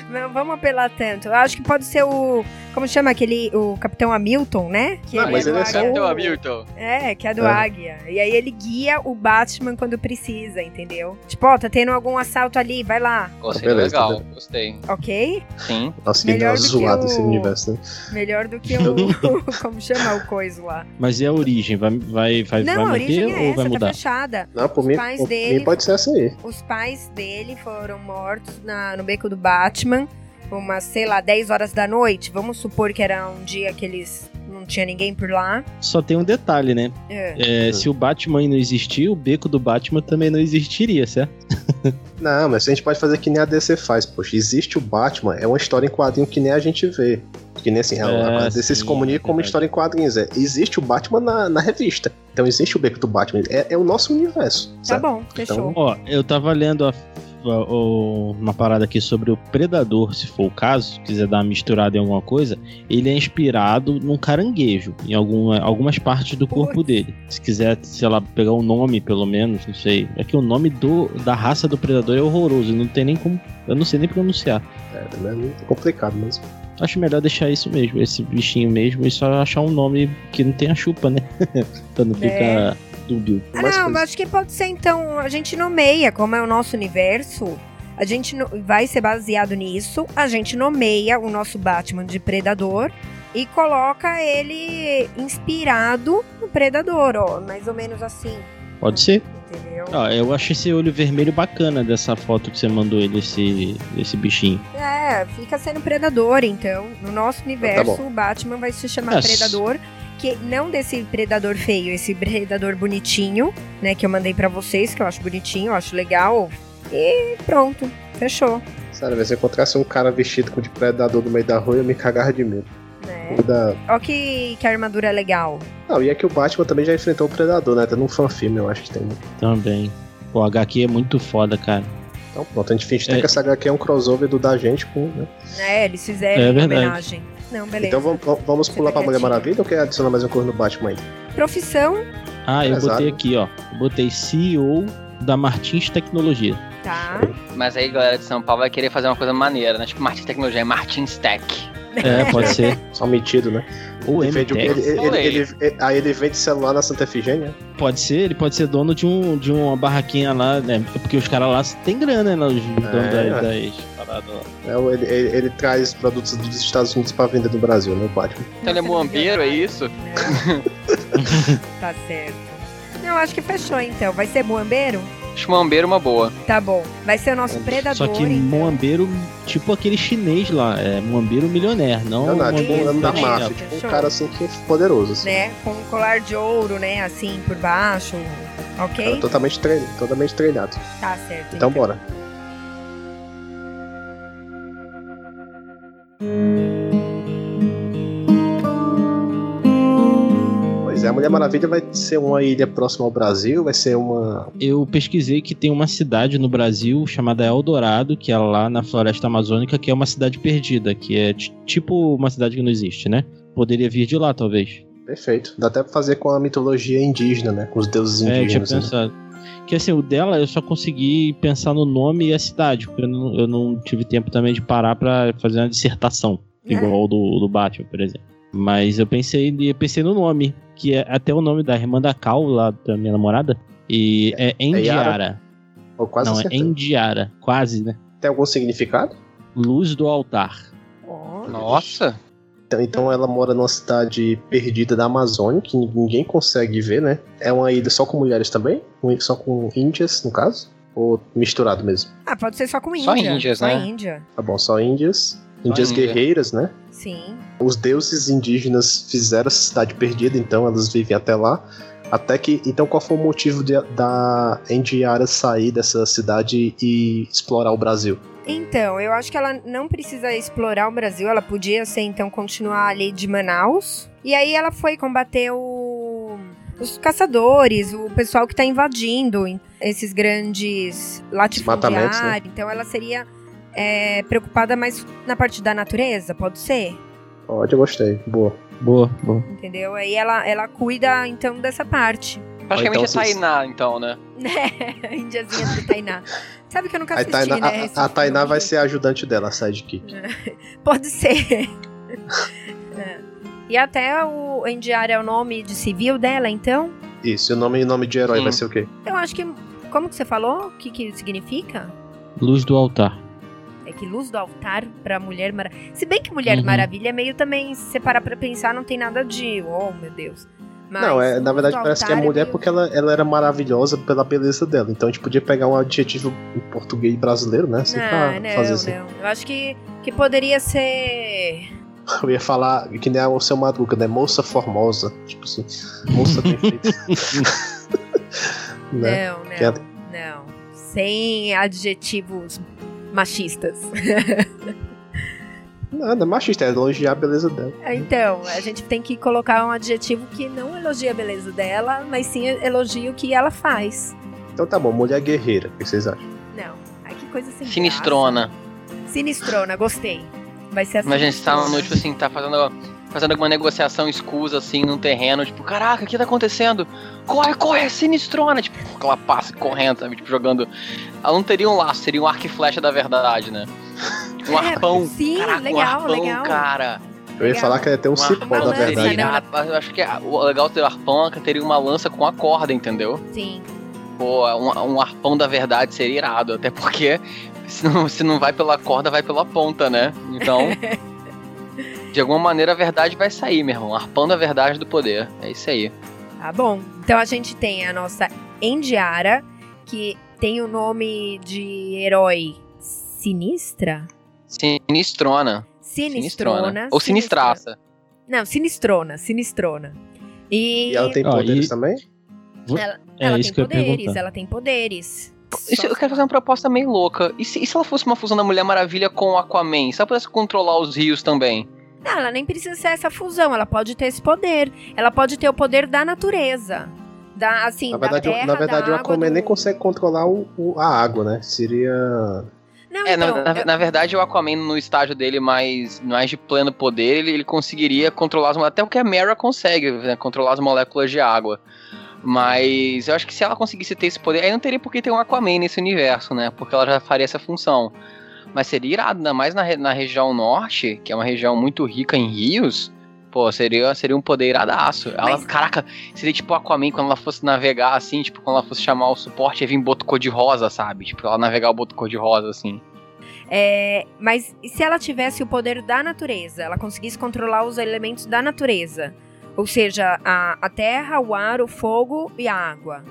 [SPEAKER 2] Não vamos apelar tanto. Eu acho que pode ser o. Como chama aquele. O Capitão Hamilton, né? Que
[SPEAKER 5] Ah,
[SPEAKER 3] Não, mas
[SPEAKER 2] do
[SPEAKER 3] ele é só
[SPEAKER 2] Águia.
[SPEAKER 3] o-
[SPEAKER 2] É, que é do
[SPEAKER 3] É.
[SPEAKER 2] Águia. E aí ele guia o Batman quando precisa, entendeu? Tipo, ó, tá tendo algum assalto ali, vai lá,
[SPEAKER 5] Gostei,
[SPEAKER 3] beleza, tá
[SPEAKER 5] legal. Gostei.
[SPEAKER 2] ok?
[SPEAKER 5] Sim.
[SPEAKER 3] Nossa, que
[SPEAKER 2] Melhor
[SPEAKER 3] ideia
[SPEAKER 2] do que
[SPEAKER 3] zoado
[SPEAKER 2] o-
[SPEAKER 3] esse universo, né?
[SPEAKER 2] Melhor do que o. como chama o coiso lá?
[SPEAKER 4] Mas e a origem? Vai, vai, vai, vai
[SPEAKER 2] Não, a
[SPEAKER 4] manter
[SPEAKER 2] origem é
[SPEAKER 4] ou vai
[SPEAKER 2] essa, tá
[SPEAKER 4] mudar?
[SPEAKER 2] fechada.
[SPEAKER 3] Não, por
[SPEAKER 2] Os
[SPEAKER 3] mim,
[SPEAKER 2] pais
[SPEAKER 3] por
[SPEAKER 2] dele-
[SPEAKER 3] mim pode ser essa aí.
[SPEAKER 2] Os pais dele foram mortos na- no beco do Batman, umas, sei lá, 10 horas da noite. Vamos supor que era um dia que eles. não tinha ninguém por lá.
[SPEAKER 4] Só tem um detalhe, né?
[SPEAKER 2] É.
[SPEAKER 4] É, se o Batman não existir, o beco do Batman também não existiria, certo?
[SPEAKER 3] Não, mas a gente pode fazer que nem a DC faz, poxa. Existe o Batman, é uma história em quadrinho que nem a gente vê. Que nem assim, a,
[SPEAKER 4] É,
[SPEAKER 3] a DC se
[SPEAKER 4] sim,
[SPEAKER 3] comunica como
[SPEAKER 4] verdade.
[SPEAKER 3] história em quadrinhos. É, existe o Batman na, na revista. Então existe o beco do Batman. É, é o nosso universo.
[SPEAKER 2] Tá
[SPEAKER 3] sabe?
[SPEAKER 2] bom,
[SPEAKER 4] Então,
[SPEAKER 2] fechou.
[SPEAKER 4] Ó, eu tava lendo a- a- o- uma parada aqui sobre o Predador, se for o caso, se quiser dar uma misturada em alguma coisa, ele é inspirado num caranguejo, em alguma- algumas partes do corpo
[SPEAKER 2] Putz.
[SPEAKER 4] dele. Se quiser, sei lá, pegar o nome, pelo menos, não sei. É que o nome do, da raça do Predador é horroroso, não tem nem como. Eu não sei nem pronunciar.
[SPEAKER 3] É, né? é muito complicado mesmo.
[SPEAKER 4] Acho melhor deixar isso mesmo, esse bichinho mesmo, e só achar um nome que não tenha chupa, né? pra não
[SPEAKER 2] É.
[SPEAKER 4] ficar dúbio.
[SPEAKER 2] Ah,
[SPEAKER 3] Mas,
[SPEAKER 2] não,
[SPEAKER 3] pois-
[SPEAKER 2] eu acho que pode ser então. A gente nomeia, como é o nosso universo, a gente no- vai ser baseado nisso. A gente nomeia o nosso Batman de Predador e coloca ele inspirado no Predador, ó. Mais ou menos assim,
[SPEAKER 4] Pode ser?
[SPEAKER 2] entendeu?
[SPEAKER 4] Ah, eu achei esse olho vermelho bacana dessa foto que você mandou ele, esse, esse bichinho.
[SPEAKER 2] É, fica sendo Predador, então. No nosso universo,
[SPEAKER 3] tá bom.
[SPEAKER 2] o Batman vai se chamar
[SPEAKER 4] É, s-
[SPEAKER 2] Predador. Que não desse predador feio, esse predador bonitinho, né? Que eu mandei pra vocês, que eu acho bonitinho, eu acho legal. E pronto, fechou.
[SPEAKER 3] Sério, velho, se eu encontrasse um cara vestido com de predador no meio da rua, eu me cagava de medo.
[SPEAKER 2] né?
[SPEAKER 3] Da-
[SPEAKER 2] Ó que, que armadura legal.
[SPEAKER 3] Não, e é que o Batman também já enfrentou um o predador, né? Até num fanfilme, eu acho que tem. né?
[SPEAKER 4] Também. Pô, o HQ é muito foda, cara.
[SPEAKER 3] Então pronto, a gente finge até
[SPEAKER 4] É.
[SPEAKER 3] que essa HQ é um crossover do da gente com. né?
[SPEAKER 2] É, eles fizeram
[SPEAKER 4] É
[SPEAKER 2] uma
[SPEAKER 4] verdade.
[SPEAKER 2] homenagem. Não, beleza.
[SPEAKER 3] Então vamos, vamos- vamos
[SPEAKER 2] Você
[SPEAKER 3] pular
[SPEAKER 2] tá
[SPEAKER 3] pra Mulher
[SPEAKER 2] quietinho.
[SPEAKER 3] Maravilha ou quer adicionar mais uma coisa no Batman ainda?
[SPEAKER 2] Profissão,
[SPEAKER 4] Ah, eu
[SPEAKER 3] Exato.
[SPEAKER 4] botei aqui, ó. Eu Botei CEO da Martins Tecnologia.
[SPEAKER 2] tá.
[SPEAKER 5] Mas aí, galera de São Paulo vai querer fazer uma coisa maneira, né? Tipo Martins Tecnologia, é Martins Tech.
[SPEAKER 4] É, pode ser.
[SPEAKER 3] Só metido, né?
[SPEAKER 4] Ou
[SPEAKER 3] Ele vende o quê?
[SPEAKER 4] MTech.
[SPEAKER 3] Ele- ele-
[SPEAKER 5] Olha aí.
[SPEAKER 3] ele- ele- aí ele vende celular na Santa Efigênia?
[SPEAKER 4] Pode ser, ele pode ser dono de, um, de uma barraquinha lá, né? Porque os caras lá têm grana, né? Os donos
[SPEAKER 3] É,
[SPEAKER 4] da-
[SPEAKER 3] é.
[SPEAKER 4] das paradas lá.
[SPEAKER 3] né? Ou Ele, ele- ele traz produtos dos Estados Unidos pra vender no Brasil, né? O Batman.
[SPEAKER 5] Então ele é
[SPEAKER 2] Nossa, não
[SPEAKER 5] muambeiro, é
[SPEAKER 2] viu nada.
[SPEAKER 5] isso?
[SPEAKER 2] Não. né. tá certo. Não, acho que fechou então. Vai ser muambeiro?
[SPEAKER 5] Acho muambeiro uma boa.
[SPEAKER 2] Tá bom. Vai ser o
[SPEAKER 3] É.
[SPEAKER 2] nosso predador. então.
[SPEAKER 4] Só que
[SPEAKER 2] hein?
[SPEAKER 4] Moambeiro, tipo aquele chinês lá, é Moambeiro milionaire, não
[SPEAKER 3] Não, não, tipo
[SPEAKER 4] muambeiro
[SPEAKER 3] um da
[SPEAKER 2] também,
[SPEAKER 3] máfia.
[SPEAKER 2] ó,
[SPEAKER 3] Tipo um
[SPEAKER 2] fechou.
[SPEAKER 3] cara assim que é poderoso. Assim.
[SPEAKER 2] né? Com um colar de ouro, né? Assim, por baixo.
[SPEAKER 3] Um cara
[SPEAKER 2] Ok?
[SPEAKER 3] totalmente treinado. Totalmente treinado.
[SPEAKER 2] Tá certo.
[SPEAKER 3] Então bora. Pois é, a Mulher Maravilha vai ser uma ilha próxima ao Brasil, vai ser uma.
[SPEAKER 4] Eu pesquisei que tem uma cidade no Brasil chamada Eldorado, que é lá na floresta amazônica, que é uma cidade perdida, que é ti- tipo uma cidade que não existe, né? Poderia vir de lá, talvez.
[SPEAKER 3] Perfeito. Dá até pra fazer com a mitologia indígena, né? Com os deuses
[SPEAKER 4] É, eu tinha
[SPEAKER 3] indígenas. né?
[SPEAKER 4] pensado. Que assim, o dela eu só consegui pensar no nome e a cidade, porque eu não, eu não tive tempo também de parar pra fazer uma dissertação,
[SPEAKER 2] É.
[SPEAKER 4] igual o do, do Batman, por exemplo. Mas eu pensei, eu pensei no nome, que é até o nome da irmã da Cal, lá da minha namorada, e é Endiara.
[SPEAKER 3] Ou quase
[SPEAKER 4] não, é
[SPEAKER 3] certeza.
[SPEAKER 4] Endiara, quase, né?
[SPEAKER 3] Tem algum significado?
[SPEAKER 4] Luz do altar.
[SPEAKER 2] Ó,
[SPEAKER 5] Nossa!
[SPEAKER 3] Então, então ela mora numa cidade perdida da Amazônia, que ninguém consegue ver, né? É uma ilha só com mulheres também? Um Só com índias, no caso? Ou misturado mesmo?
[SPEAKER 2] Ah, pode ser só com Índia.
[SPEAKER 5] Só índias, né?
[SPEAKER 2] Índia.
[SPEAKER 3] Tá bom, só índias.
[SPEAKER 5] Só
[SPEAKER 3] Índias
[SPEAKER 5] índia.
[SPEAKER 3] guerreiras, né?
[SPEAKER 2] Sim.
[SPEAKER 3] Os deuses indígenas fizeram essa cidade perdida, então elas vivem até lá. Até que. Então, qual foi o motivo de- da Endiara sair dessa cidade e explorar o Brasil?
[SPEAKER 2] Então, eu acho que ela não precisa explorar o Brasil. Ela podia ser, então, continuar ali de Manaus. E aí ela foi combater o- os caçadores, o pessoal que tá invadindo esses grandes
[SPEAKER 3] Desmatamentos,
[SPEAKER 2] latifundiários.
[SPEAKER 3] né?
[SPEAKER 2] Então ela seria é, preocupada mais na parte da natureza, pode ser?
[SPEAKER 3] Pode, eu gostei. Boa.
[SPEAKER 4] Boa, boa.
[SPEAKER 2] Entendeu? Aí ela, ela cuida, então, dessa parte.
[SPEAKER 5] Praticamente
[SPEAKER 3] então,
[SPEAKER 5] é Tainá, então, né?
[SPEAKER 2] Né? Indiazinha do Tainá. Sabe que eu nunca
[SPEAKER 3] A
[SPEAKER 2] assisti,
[SPEAKER 3] Tainá,
[SPEAKER 2] né?
[SPEAKER 3] a-
[SPEAKER 2] esse
[SPEAKER 3] a, Tainá
[SPEAKER 2] filme.
[SPEAKER 3] vai ser a ajudante dela, a sidekick.
[SPEAKER 2] Pode ser. É. E até o Indiara é o nome de civil dela, então?
[SPEAKER 3] Isso, e o nome, o nome de herói
[SPEAKER 5] Sim.
[SPEAKER 3] vai ser o quê?
[SPEAKER 2] Eu acho que... Como que você falou? O que que significa?
[SPEAKER 4] Luz do altar.
[SPEAKER 2] É que luz do altar pra Mulher Maravilha. Se bem que Mulher
[SPEAKER 4] Uhum.
[SPEAKER 2] Maravilha é meio também, se você parar pra pensar, não tem nada de... Oh, meu Deus. Mas
[SPEAKER 3] Não, é,
[SPEAKER 2] luz
[SPEAKER 3] na
[SPEAKER 2] do
[SPEAKER 3] verdade parece que é
[SPEAKER 2] altar
[SPEAKER 3] mulher
[SPEAKER 2] meio-
[SPEAKER 3] porque ela, ela era maravilhosa pela beleza dela. Então a gente podia pegar um adjetivo em português brasileiro, né? Assim, pra
[SPEAKER 2] Não, não,
[SPEAKER 3] fazer assim.
[SPEAKER 2] não. Eu acho que, que poderia ser...
[SPEAKER 3] Eu ia falar que nem o seu Madruga, né? Moça formosa. Tipo assim, moça bem feita. né?
[SPEAKER 2] Não, não,
[SPEAKER 3] Que é-
[SPEAKER 2] não. Sem adjetivos machistas.
[SPEAKER 3] Nada, machista, é elogiar a beleza dela.
[SPEAKER 2] Então, a gente tem que colocar um adjetivo que não elogia a beleza dela, mas sim elogia o que ela faz.
[SPEAKER 3] Então tá bom, mulher guerreira, o que vocês acham?
[SPEAKER 2] Não. Ai, que coisa sem graça.
[SPEAKER 5] Sinistrona.
[SPEAKER 2] Sinistrona, gostei. Vai ser assim.
[SPEAKER 5] Imagina, você tá no, tipo assim, tá fazendo, fazendo alguma negociação escusa, assim, num terreno, tipo, caraca, o que tá acontecendo? Corre, corre, é sinistrona! Tipo, aquela passa correndo, sabe? Tipo, jogando. Ela não teria um laço, seria um arco e flecha da verdade, né? Um
[SPEAKER 2] É,
[SPEAKER 5] arpão.
[SPEAKER 2] Sim,
[SPEAKER 5] Caraca, um
[SPEAKER 2] legal,
[SPEAKER 5] arpão,
[SPEAKER 2] legal.
[SPEAKER 5] cara.
[SPEAKER 3] Eu ia
[SPEAKER 2] Legal.
[SPEAKER 3] falar que ela tem um
[SPEAKER 5] Um
[SPEAKER 3] cipó,
[SPEAKER 5] arpão
[SPEAKER 3] na
[SPEAKER 2] lança,
[SPEAKER 3] verdade.
[SPEAKER 5] seria-
[SPEAKER 2] né?
[SPEAKER 5] Eu acho que a- o legal do seu arpão é que teria uma lança com a corda, entendeu?
[SPEAKER 2] Sim.
[SPEAKER 5] Pô, um, um arpão da verdade seria irado, até porque se não, se não vai pela corda, vai pela ponta, né? Então, de alguma maneira a verdade vai sair, meu irmão. Arpão da verdade do poder. É isso aí.
[SPEAKER 2] Tá bom. Então a gente tem a nossa Endiara, que tem o nome de herói Sinistra?
[SPEAKER 5] Sinistrona.
[SPEAKER 2] Sinistrona.
[SPEAKER 5] Sinistrona. Ou
[SPEAKER 2] sinistra-
[SPEAKER 5] sinistraça.
[SPEAKER 2] Não, sinistrona, sinistrona. E,
[SPEAKER 3] E ela tem
[SPEAKER 4] Ó,
[SPEAKER 3] poderes
[SPEAKER 4] e-
[SPEAKER 3] também?
[SPEAKER 2] ela
[SPEAKER 4] é
[SPEAKER 2] tem
[SPEAKER 4] isso que eu ia
[SPEAKER 2] poderes,
[SPEAKER 4] perguntar.
[SPEAKER 2] ela tem poderes.
[SPEAKER 5] Isso- eu quero fazer uma proposta meio louca. E se, e se ela fosse uma fusão da Mulher Maravilha com o Aquaman? Se ela pudesse controlar os rios também?
[SPEAKER 2] Não, ela nem precisa ser essa fusão, ela pode ter esse poder. Ela pode ter o poder da natureza. Da, assim,
[SPEAKER 3] Na verdade,
[SPEAKER 2] da terra,
[SPEAKER 3] na verdade o
[SPEAKER 2] da água,
[SPEAKER 3] Aquaman
[SPEAKER 2] do-
[SPEAKER 3] nem consegue controlar o, o- a água, né? Seria.
[SPEAKER 2] Não,
[SPEAKER 5] É, na,
[SPEAKER 2] então,
[SPEAKER 5] na-
[SPEAKER 2] eu-
[SPEAKER 5] na verdade, o Aquaman, no estágio dele mais, mais de pleno poder, ele, ele conseguiria controlar as moléculas. Até o que a Mera consegue, né, controlar as moléculas de água. Mas eu acho que se ela conseguisse ter esse poder, aí não teria por que ter um Aquaman nesse universo, né? Porque ela já faria essa função. Mas seria irado, ainda mais na, re- na região norte, que é uma região muito rica em rios. Pô, seria, seria um poder iradaço. Ela,
[SPEAKER 2] Mas-
[SPEAKER 5] Caraca, seria tipo o Aquaman quando ela fosse navegar assim, tipo, quando ela fosse chamar o suporte e vir boto cor-de-rosa, sabe? Tipo, ela navegar o boto cor-de-rosa assim.
[SPEAKER 2] é, mas e se ela tivesse o poder da natureza, ela conseguisse controlar os elementos da natureza, ou seja, a, a terra, o ar, o fogo e a água,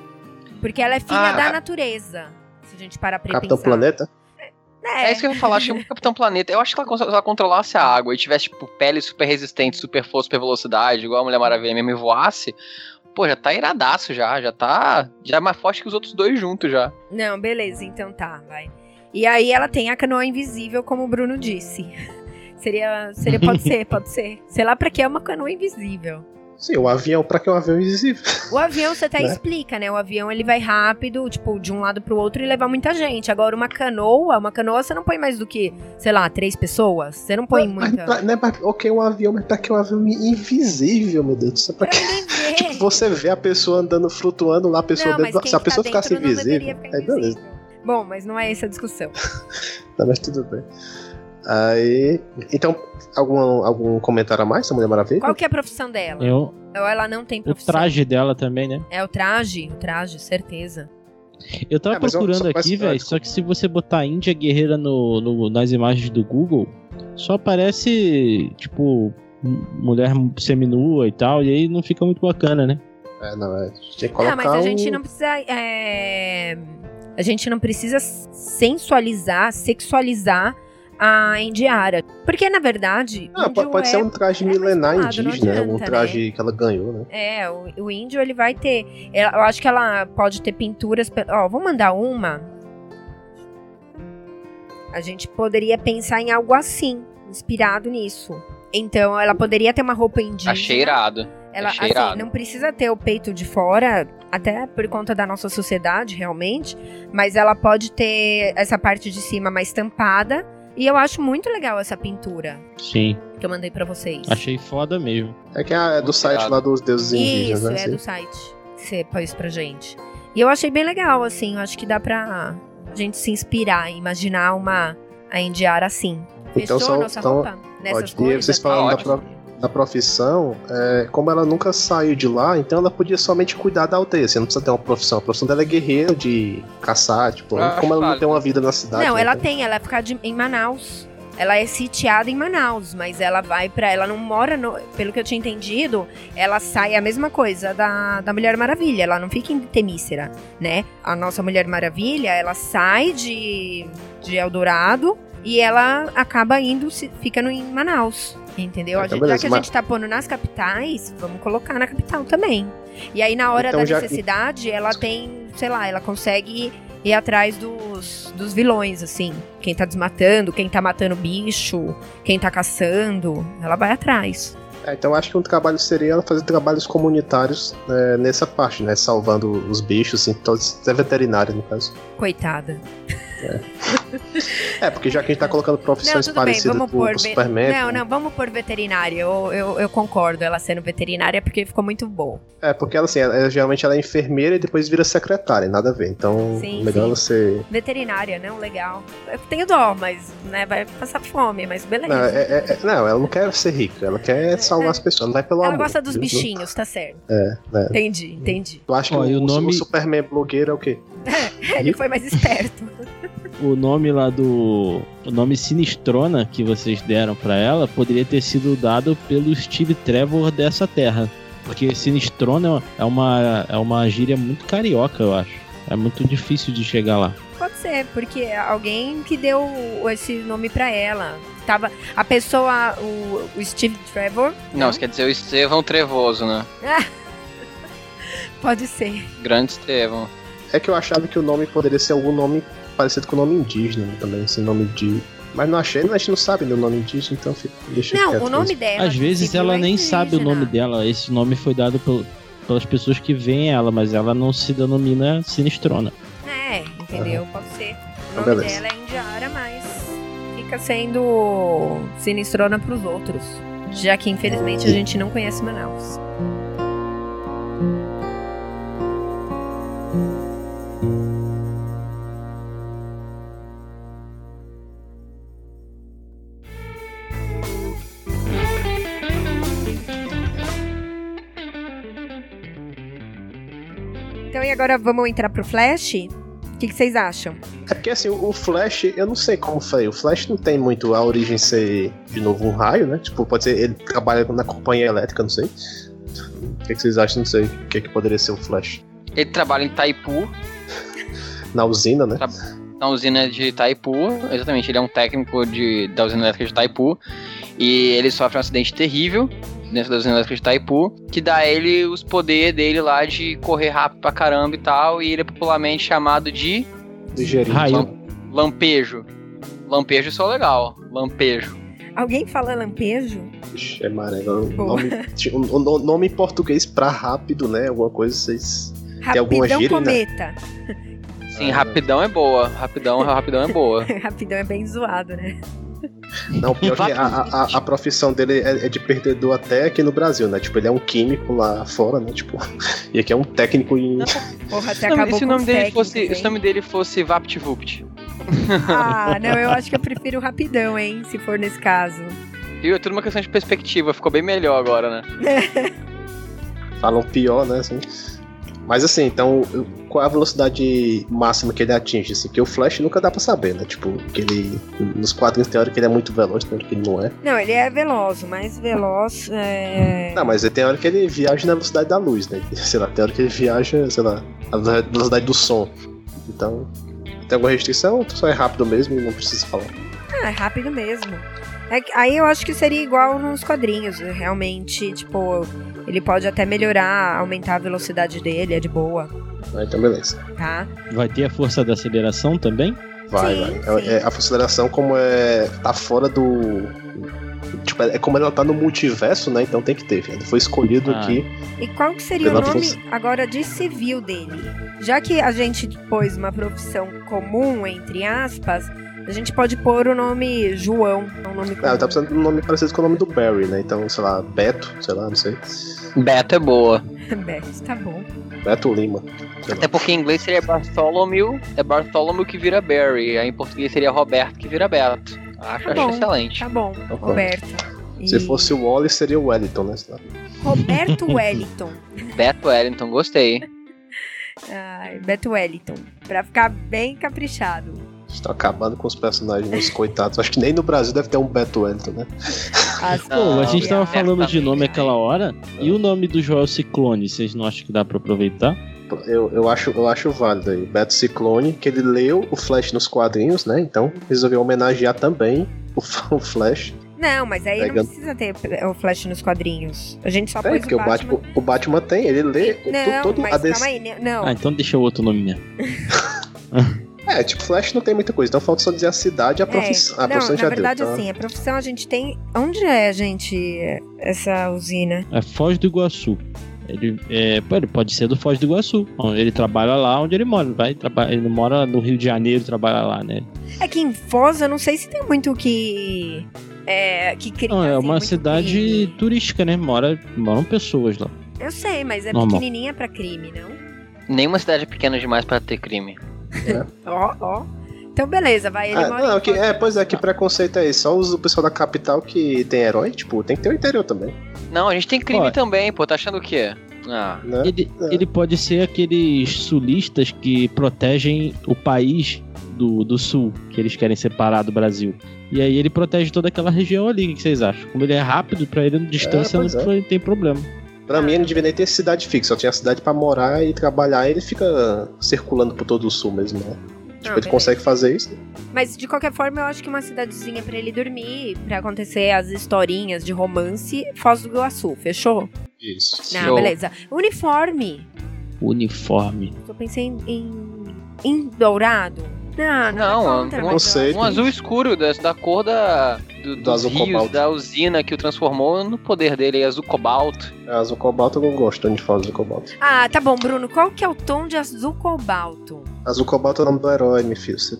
[SPEAKER 2] porque ela é filha
[SPEAKER 5] Ah.
[SPEAKER 2] da natureza. Se a gente parar pra
[SPEAKER 3] Capitão
[SPEAKER 2] pensar.
[SPEAKER 3] Planeta?
[SPEAKER 5] É.
[SPEAKER 2] É,
[SPEAKER 5] isso que eu ia falar, acho que o Capitão Planeta. Eu acho que ela, cons- se ela controlasse a água e tivesse, tipo, pele super resistente, super força, super velocidade, igual a Mulher Maravilha mesmo e voasse, pô, já tá iradaço já. Já tá. Já é mais forte que os outros dois juntos já.
[SPEAKER 2] Não, beleza, então tá, vai. E aí ela tem a canoa invisível, como o Bruno disse. Seria, seria pode ser, pode ser. Sei lá pra que é uma canoa invisível.
[SPEAKER 3] Sim, o avião, pra que o avião invisível?
[SPEAKER 2] O avião você até
[SPEAKER 3] Né?
[SPEAKER 2] explica, né? O avião ele vai rápido, tipo, de um lado pro outro e levar muita gente. Agora uma canoa, uma canoa você não põe mais do que, sei lá, três pessoas. Você não põe
[SPEAKER 3] Mas
[SPEAKER 2] muita.
[SPEAKER 3] pra- né, pra- ok, um avião, mas pra que um avião invisível, meu Deus? do céu? Pra que...
[SPEAKER 2] ninguém
[SPEAKER 3] Tipo, você vê a pessoa andando, flutuando lá, a pessoa
[SPEAKER 2] Não, mas
[SPEAKER 3] dentro.
[SPEAKER 2] quem
[SPEAKER 3] Se a
[SPEAKER 2] tá
[SPEAKER 3] pessoa
[SPEAKER 2] dentro
[SPEAKER 3] ficasse
[SPEAKER 2] não deveria
[SPEAKER 3] invisível,
[SPEAKER 2] ficar
[SPEAKER 3] aí é beleza.
[SPEAKER 2] Bom, mas não é essa a discussão.
[SPEAKER 3] Tá, mas tudo bem. Aí. Então, algum, algum comentário a mais da Mulher Maravilha?
[SPEAKER 2] Qual que é a profissão dela?
[SPEAKER 4] Eu,
[SPEAKER 2] Ou ela não tem
[SPEAKER 4] o
[SPEAKER 2] profissão?
[SPEAKER 4] traje dela também, né?
[SPEAKER 2] É o traje? O traje, certeza.
[SPEAKER 4] Eu tava
[SPEAKER 3] É, mas eu-
[SPEAKER 4] procurando
[SPEAKER 3] só- mas-
[SPEAKER 4] aqui,
[SPEAKER 3] ah,
[SPEAKER 4] velho, só que se você botar Índia Guerreira no, no- nas imagens do Google, só aparece, tipo, m- mulher seminua e tal, e aí não fica muito bacana, né?
[SPEAKER 3] É, não, é. Tinha que colocar.
[SPEAKER 2] Ah, mas a gente
[SPEAKER 3] um-
[SPEAKER 2] não precisa. é, A gente não precisa sensualizar, sexualizar a Indiara. Porque, na verdade.
[SPEAKER 3] Ah,
[SPEAKER 2] índio
[SPEAKER 3] po- pode
[SPEAKER 2] é...
[SPEAKER 3] ser um traje
[SPEAKER 2] é mais
[SPEAKER 3] milenar
[SPEAKER 2] pelado, não
[SPEAKER 3] indígena,
[SPEAKER 2] adianta, né?
[SPEAKER 3] um traje que ela ganhou, né?
[SPEAKER 2] É, o, o índio ele vai ter. ela- Eu acho que ela pode ter pinturas. pe- Ó, vou mandar uma. A gente poderia pensar em algo assim, inspirado nisso. Então, ela poderia ter uma roupa indígena.
[SPEAKER 5] Achei irado.
[SPEAKER 2] Ela,
[SPEAKER 5] Achei
[SPEAKER 2] assim,
[SPEAKER 5] irado.
[SPEAKER 2] não precisa ter o peito de fora, até por conta da nossa sociedade, realmente. Mas ela pode ter essa parte de cima mais tampada. E eu acho muito legal essa pintura
[SPEAKER 4] Sim,
[SPEAKER 2] que eu mandei pra vocês.
[SPEAKER 4] achei foda mesmo.
[SPEAKER 3] É que é a- é do
[SPEAKER 5] Muito
[SPEAKER 3] site
[SPEAKER 5] irado.
[SPEAKER 3] lá dos deuses indígenas,
[SPEAKER 2] Isso,
[SPEAKER 3] né?
[SPEAKER 2] é
[SPEAKER 3] Assim.
[SPEAKER 2] do site. que Você pôs pra gente. E eu achei bem legal, assim. Eu acho que dá pra gente se inspirar e imaginar uma a Indiara assim.
[SPEAKER 3] Então
[SPEAKER 2] Fechou
[SPEAKER 3] são-
[SPEAKER 2] a nossa
[SPEAKER 3] então,
[SPEAKER 2] roupa? Nessas
[SPEAKER 3] ótimo. E
[SPEAKER 2] cores,
[SPEAKER 3] vocês falaram
[SPEAKER 5] da
[SPEAKER 2] assim?
[SPEAKER 3] Da profissão, é, como ela nunca saiu de lá, então ela podia somente cuidar da aldeia. Você não precisa ter uma profissão. A profissão dela é guerreira, de caçar, tipo,
[SPEAKER 5] Ah,
[SPEAKER 3] como ela não
[SPEAKER 5] válido.
[SPEAKER 3] tem uma vida na cidade.
[SPEAKER 2] Não,
[SPEAKER 3] né,
[SPEAKER 2] ela
[SPEAKER 3] então-
[SPEAKER 2] tem, ela vai ficar de- em Manaus. Ela é sitiada em Manaus, mas ela vai pra. Ela não mora no. Pelo que eu tinha entendido, ela sai é a mesma coisa da, da Mulher Maravilha. Ela não fica em Temícera, né? A nossa Mulher Maravilha, ela sai de, de Eldorado e ela acaba indo, se- fica no, em Manaus. Entendeu? A
[SPEAKER 3] Então,
[SPEAKER 2] gente- já
[SPEAKER 3] beleza,
[SPEAKER 2] que a
[SPEAKER 3] mas-
[SPEAKER 2] gente tá pondo nas capitais, vamos colocar na capital também. E aí, na hora
[SPEAKER 3] Então,
[SPEAKER 2] da
[SPEAKER 3] já-
[SPEAKER 2] necessidade, ela tem, sei lá, ela consegue ir atrás dos, dos vilões, assim. Quem tá desmatando, quem tá matando bicho, quem tá caçando, ela vai atrás.
[SPEAKER 3] É, então eu acho que um trabalho seria ela fazer trabalhos comunitários né, nessa parte, né? Salvando os bichos, assim, todos, é veterinário, no caso.
[SPEAKER 2] Coitada.
[SPEAKER 3] É, porque já que a gente tá colocando
[SPEAKER 2] Não,
[SPEAKER 3] profissões
[SPEAKER 2] tudo bem,
[SPEAKER 3] parecidas
[SPEAKER 2] vamos
[SPEAKER 3] pro,
[SPEAKER 2] pôr.
[SPEAKER 3] pro
[SPEAKER 2] ve-
[SPEAKER 3] Superman.
[SPEAKER 2] Não, não, vamos pôr veterinária. Eu, eu, eu concordo ela sendo veterinária porque ficou muito bom.
[SPEAKER 3] É, porque ela, assim, ela- ela- geralmente ela é enfermeira e depois vira secretária, nada a ver. Então,
[SPEAKER 2] Sim,
[SPEAKER 3] melhor
[SPEAKER 2] sim.
[SPEAKER 3] ela ser.
[SPEAKER 2] Veterinária, não? Legal. Eu tenho dó, mas né, vai passar fome, mas beleza.
[SPEAKER 3] Não, é- é- é- não, ela não quer ser rica, ela quer salvar as pessoas, não vai pelo
[SPEAKER 2] É, ela
[SPEAKER 3] amor.
[SPEAKER 2] gosta dos
[SPEAKER 3] entendeu?
[SPEAKER 2] bichinhos, tá certo.
[SPEAKER 3] É, né?
[SPEAKER 2] Entendi, entendi.
[SPEAKER 3] Tu acha que
[SPEAKER 4] Ó, e
[SPEAKER 3] o,
[SPEAKER 4] o nome-
[SPEAKER 3] o Superman blogueiro é o quê?
[SPEAKER 2] Ele foi mais esperto.
[SPEAKER 4] O nome lá do. O nome Sinistrona que vocês deram pra ela poderia ter sido dado pelo Steve Trevor dessa terra. Porque Sinistrona é uma, é uma gíria muito carioca, eu acho. É muito difícil de chegar lá.
[SPEAKER 2] Pode ser, porque é alguém que deu esse nome pra ela. Tava a pessoa, o, o Steve Trevor.
[SPEAKER 5] Não, isso quer dizer o Estevão Trevoso, né?
[SPEAKER 2] Pode ser.
[SPEAKER 5] Grande Estevão.
[SPEAKER 3] É que eu achava que o nome poderia ser algum nome parecido com o nome indígena né, também, esse nome de. Mas não achei, a gente não sabe né, o nome indígena, então fica, deixa
[SPEAKER 2] Não,
[SPEAKER 3] quieto
[SPEAKER 2] o nome
[SPEAKER 3] mesmo.
[SPEAKER 2] dela.
[SPEAKER 4] Às vezes
[SPEAKER 2] Civil,
[SPEAKER 4] ela
[SPEAKER 2] é
[SPEAKER 4] nem sabe o
[SPEAKER 2] indígena.
[SPEAKER 4] nome dela. Esse nome foi dado pelo, pelas pessoas que veem ela, mas ela não se denomina sinistrona.
[SPEAKER 2] É, entendeu? Pode ser. O
[SPEAKER 3] Então,
[SPEAKER 2] nome
[SPEAKER 3] beleza.
[SPEAKER 2] dela é Indiara, mas fica sendo sinistrona pros outros. Já que, infelizmente, a gente não conhece Manaus.
[SPEAKER 6] Então, e agora vamos entrar pro Flash?
[SPEAKER 2] O que, que vocês acham?
[SPEAKER 3] É porque assim, o Flash, eu não sei como foi. O Flash não tem muito a origem ser, de novo, um raio, né? Tipo, pode ser ele trabalha na companhia elétrica, não sei. O que, que vocês acham? Não sei. O que, que poderia ser o Flash?
[SPEAKER 5] Ele trabalha em Taipu,
[SPEAKER 3] Na usina, né?
[SPEAKER 5] na usina de Taipu. Exatamente, ele é um técnico de, da usina elétrica de Taipu. E ele sofre um acidente terrível dentro da usina elétrica de Taipu, que dá a ele os poderes dele lá de correr rápido pra caramba e tal. E ele é popularmente chamado de
[SPEAKER 3] Do gerente.
[SPEAKER 4] Raio.
[SPEAKER 5] Lampejo. Lampejo só legal, Lampejo.
[SPEAKER 2] Alguém fala lampejo?
[SPEAKER 3] Ixi, É maranhão.
[SPEAKER 2] Boa.
[SPEAKER 3] Nome, ti- o, o um nome em português pra rápido, né? Alguma coisa vocês. Tem alguma
[SPEAKER 2] Rapidão
[SPEAKER 3] gíria, né?
[SPEAKER 2] cometa.
[SPEAKER 5] Sim,
[SPEAKER 3] Ah,
[SPEAKER 5] rapidão é boa. Rapidão, rapidão é boa.
[SPEAKER 2] Rapidão é bem zoado, né?
[SPEAKER 3] Não, pior que a, a, a- a profissão dele é, é de perdedor até aqui no Brasil, né? Tipo, ele é um químico lá fora, né? Tipo, e aqui é um técnico em.
[SPEAKER 2] Porra, até
[SPEAKER 5] Se o nome-
[SPEAKER 2] acabou
[SPEAKER 5] se o
[SPEAKER 2] com
[SPEAKER 5] nome
[SPEAKER 2] os
[SPEAKER 5] dele
[SPEAKER 2] técnicos,
[SPEAKER 5] fosse, se
[SPEAKER 2] hein?
[SPEAKER 5] o nome dele fosse VaptVupt.
[SPEAKER 2] Ah, não, eu acho que eu prefiro rapidão, hein? Se for nesse caso.
[SPEAKER 5] Viu? É tudo uma questão de perspectiva, ficou bem melhor agora, né?
[SPEAKER 3] falam pior, né? assim. Mas assim, então, eu- qual é a velocidade máxima que ele atinge? Assim, que o Flash nunca dá pra saber, né? Tipo, que ele. Nos quadrinhos tem hora que ele é muito veloz, tem hora que ele não é.
[SPEAKER 2] Não, ele é veloz, o mais veloz é.
[SPEAKER 3] Não, mas tem hora que ele viaja na velocidade da luz, né? Sei lá, tem hora que ele viaja, sei lá, na velocidade do som. Então. Tem alguma restrição? Tu só é rápido mesmo e não precisa falar.
[SPEAKER 2] Ah, é rápido mesmo. É que- aí eu acho que seria igual nos quadrinhos, realmente, tipo, ele pode até melhorar, aumentar a velocidade dele, é de boa,
[SPEAKER 3] né? Então, beleza.
[SPEAKER 2] tá?
[SPEAKER 4] Vai ter a força da aceleração também?
[SPEAKER 3] Vai,
[SPEAKER 2] Sim,
[SPEAKER 3] vai. É-
[SPEAKER 2] sim.
[SPEAKER 3] É, a consideração como é. tá fora do. Tipo, é é como ela tá no multiverso, né? Então tem que ter. velho. Foi escolhido
[SPEAKER 4] Ah,
[SPEAKER 3] aqui.
[SPEAKER 2] E qual que seria o
[SPEAKER 3] Renato
[SPEAKER 2] nome
[SPEAKER 3] Russo.
[SPEAKER 2] agora de civil dele? Já que a gente pôs uma profissão comum, entre aspas, a gente pode pôr o nome João, é um nome
[SPEAKER 3] Ah,
[SPEAKER 2] comum.
[SPEAKER 3] tá precisando de um nome parecido com o nome do Barry, né? Então, sei lá, Beto, sei lá, não sei.
[SPEAKER 5] Beto é boa.
[SPEAKER 2] Beto, tá bom.
[SPEAKER 3] Beto Lima. sei lá.
[SPEAKER 5] Até porque em inglês seria Bartholomew, é Bartholomew que vira Barry. Aí em português seria Roberto que vira Beto. Acho,
[SPEAKER 2] Tá
[SPEAKER 5] acho
[SPEAKER 2] bom.
[SPEAKER 5] excelente.
[SPEAKER 2] Tá bom,
[SPEAKER 3] Então, pronto.
[SPEAKER 2] Roberto.
[SPEAKER 3] Se
[SPEAKER 2] E
[SPEAKER 3] fosse o Wally, seria o Wellington, né? Sei lá.
[SPEAKER 2] Roberto Wellington.
[SPEAKER 5] Beto Wellington, gostei.
[SPEAKER 2] Ai, Beto Wellington. Pra ficar bem caprichado.
[SPEAKER 3] Estão tá acabando com os personagens, os coitados. Acho que nem no Brasil deve ter um Beto Wellington, né?
[SPEAKER 2] As
[SPEAKER 4] Pô, a gente tava
[SPEAKER 5] Não, é né?
[SPEAKER 4] falando de
[SPEAKER 5] certamente.
[SPEAKER 4] nome aquela hora. E o nome do Joel Ciclone, vocês não acham que dá pra aproveitar?
[SPEAKER 3] Eu, eu, acho, eu acho válido aí. Beto Ciclone, que ele leu o Flash nos quadrinhos, né? Então resolveu homenagear também o, F- o Flash.
[SPEAKER 2] Não, mas aí não
[SPEAKER 3] Pegando.
[SPEAKER 2] precisa ter o Flash nos quadrinhos. A gente só
[SPEAKER 3] É,
[SPEAKER 2] pôs
[SPEAKER 3] porque
[SPEAKER 2] Ah, o
[SPEAKER 3] o Batman.
[SPEAKER 2] Batman.
[SPEAKER 3] o Batman tem, ele lê o-
[SPEAKER 2] Não,
[SPEAKER 3] todo
[SPEAKER 2] mas
[SPEAKER 3] a DC.
[SPEAKER 2] calma aí. né? Não,
[SPEAKER 4] Ah, então deixa o outro nome mesmo.
[SPEAKER 3] É, tipo, Flash não tem muita coisa, então falta só dizer a cidade e a profissão. a
[SPEAKER 2] É, não
[SPEAKER 3] profissão
[SPEAKER 2] na
[SPEAKER 3] já
[SPEAKER 2] verdade,
[SPEAKER 3] deu. então-
[SPEAKER 2] assim, a profissão a gente tem... Onde é, gente, essa usina?
[SPEAKER 4] É Foz do Iguaçu. Ele, é, pô, ele pode ser do Foz do Iguaçu. Onde Ele trabalha lá onde ele mora. Vai, traba- ele mora no Rio de Janeiro, trabalha lá, né?
[SPEAKER 2] É que em Foz, eu não sei se tem muito o que... É, que cria,
[SPEAKER 4] Não, é
[SPEAKER 2] assim,
[SPEAKER 4] uma
[SPEAKER 2] muito
[SPEAKER 4] cidade
[SPEAKER 2] crime.
[SPEAKER 4] turística, né? Mora, moram pessoas lá.
[SPEAKER 2] Eu sei, mas é
[SPEAKER 4] Normal.
[SPEAKER 2] pequenininha pra crime, não?
[SPEAKER 5] Nenhuma cidade é pequena demais pra ter crime.
[SPEAKER 2] Ó, ó. Então, beleza, vai. Ele
[SPEAKER 3] Ah,
[SPEAKER 2] mora
[SPEAKER 3] não,
[SPEAKER 2] em
[SPEAKER 3] que,
[SPEAKER 2] Foz.
[SPEAKER 3] é, pois é, que preconceito é esse? Só usa o pessoal da capital que tem herói? Tipo, tem que ter o interior também,
[SPEAKER 5] Não, a gente tem crime
[SPEAKER 4] Ó.
[SPEAKER 5] também, pô. Tá achando o quê? Ah,
[SPEAKER 3] né?
[SPEAKER 4] Ele,
[SPEAKER 3] É.
[SPEAKER 4] ele pode ser aqueles sulistas que protegem o país do, do sul, que eles querem separar do Brasil. E aí ele protege toda aquela região ali, o que vocês acham? Como ele é rápido, pra ele distância
[SPEAKER 3] É, pois
[SPEAKER 4] não tem problema.
[SPEAKER 3] Pra mim, ele não devia nem ter cidade fixa, só tinha cidade pra morar e trabalhar, ele fica circulando por todo o sul mesmo, né? Tipo, ele
[SPEAKER 2] beleza.
[SPEAKER 3] consegue fazer isso. né?
[SPEAKER 2] Mas de qualquer forma, eu acho que uma cidadezinha pra ele dormir, pra acontecer as historinhas de romance, Foz do Iguaçu, fechou?
[SPEAKER 3] Isso.
[SPEAKER 2] Não,
[SPEAKER 5] Show.
[SPEAKER 2] beleza. Uniforme.
[SPEAKER 4] Uniforme.
[SPEAKER 2] Eu pensei em, em, em dourado. Não,
[SPEAKER 5] Não,
[SPEAKER 2] não, é contra,
[SPEAKER 5] não
[SPEAKER 2] mas eu
[SPEAKER 3] sei.
[SPEAKER 2] acho
[SPEAKER 5] Um azul escuro da, da cor da,
[SPEAKER 3] Do
[SPEAKER 5] do, dos
[SPEAKER 3] azul
[SPEAKER 5] rios,
[SPEAKER 3] cobalto.
[SPEAKER 5] da usina que o transformou no poder dele, azul cobalto.
[SPEAKER 3] Azul cobalto eu não gosto onde fala azul cobalto.
[SPEAKER 2] Ah, tá bom, Bruno. Qual que é o tom de azul cobalto?
[SPEAKER 3] Azul cobalto é o nome do herói, meu filho. Você-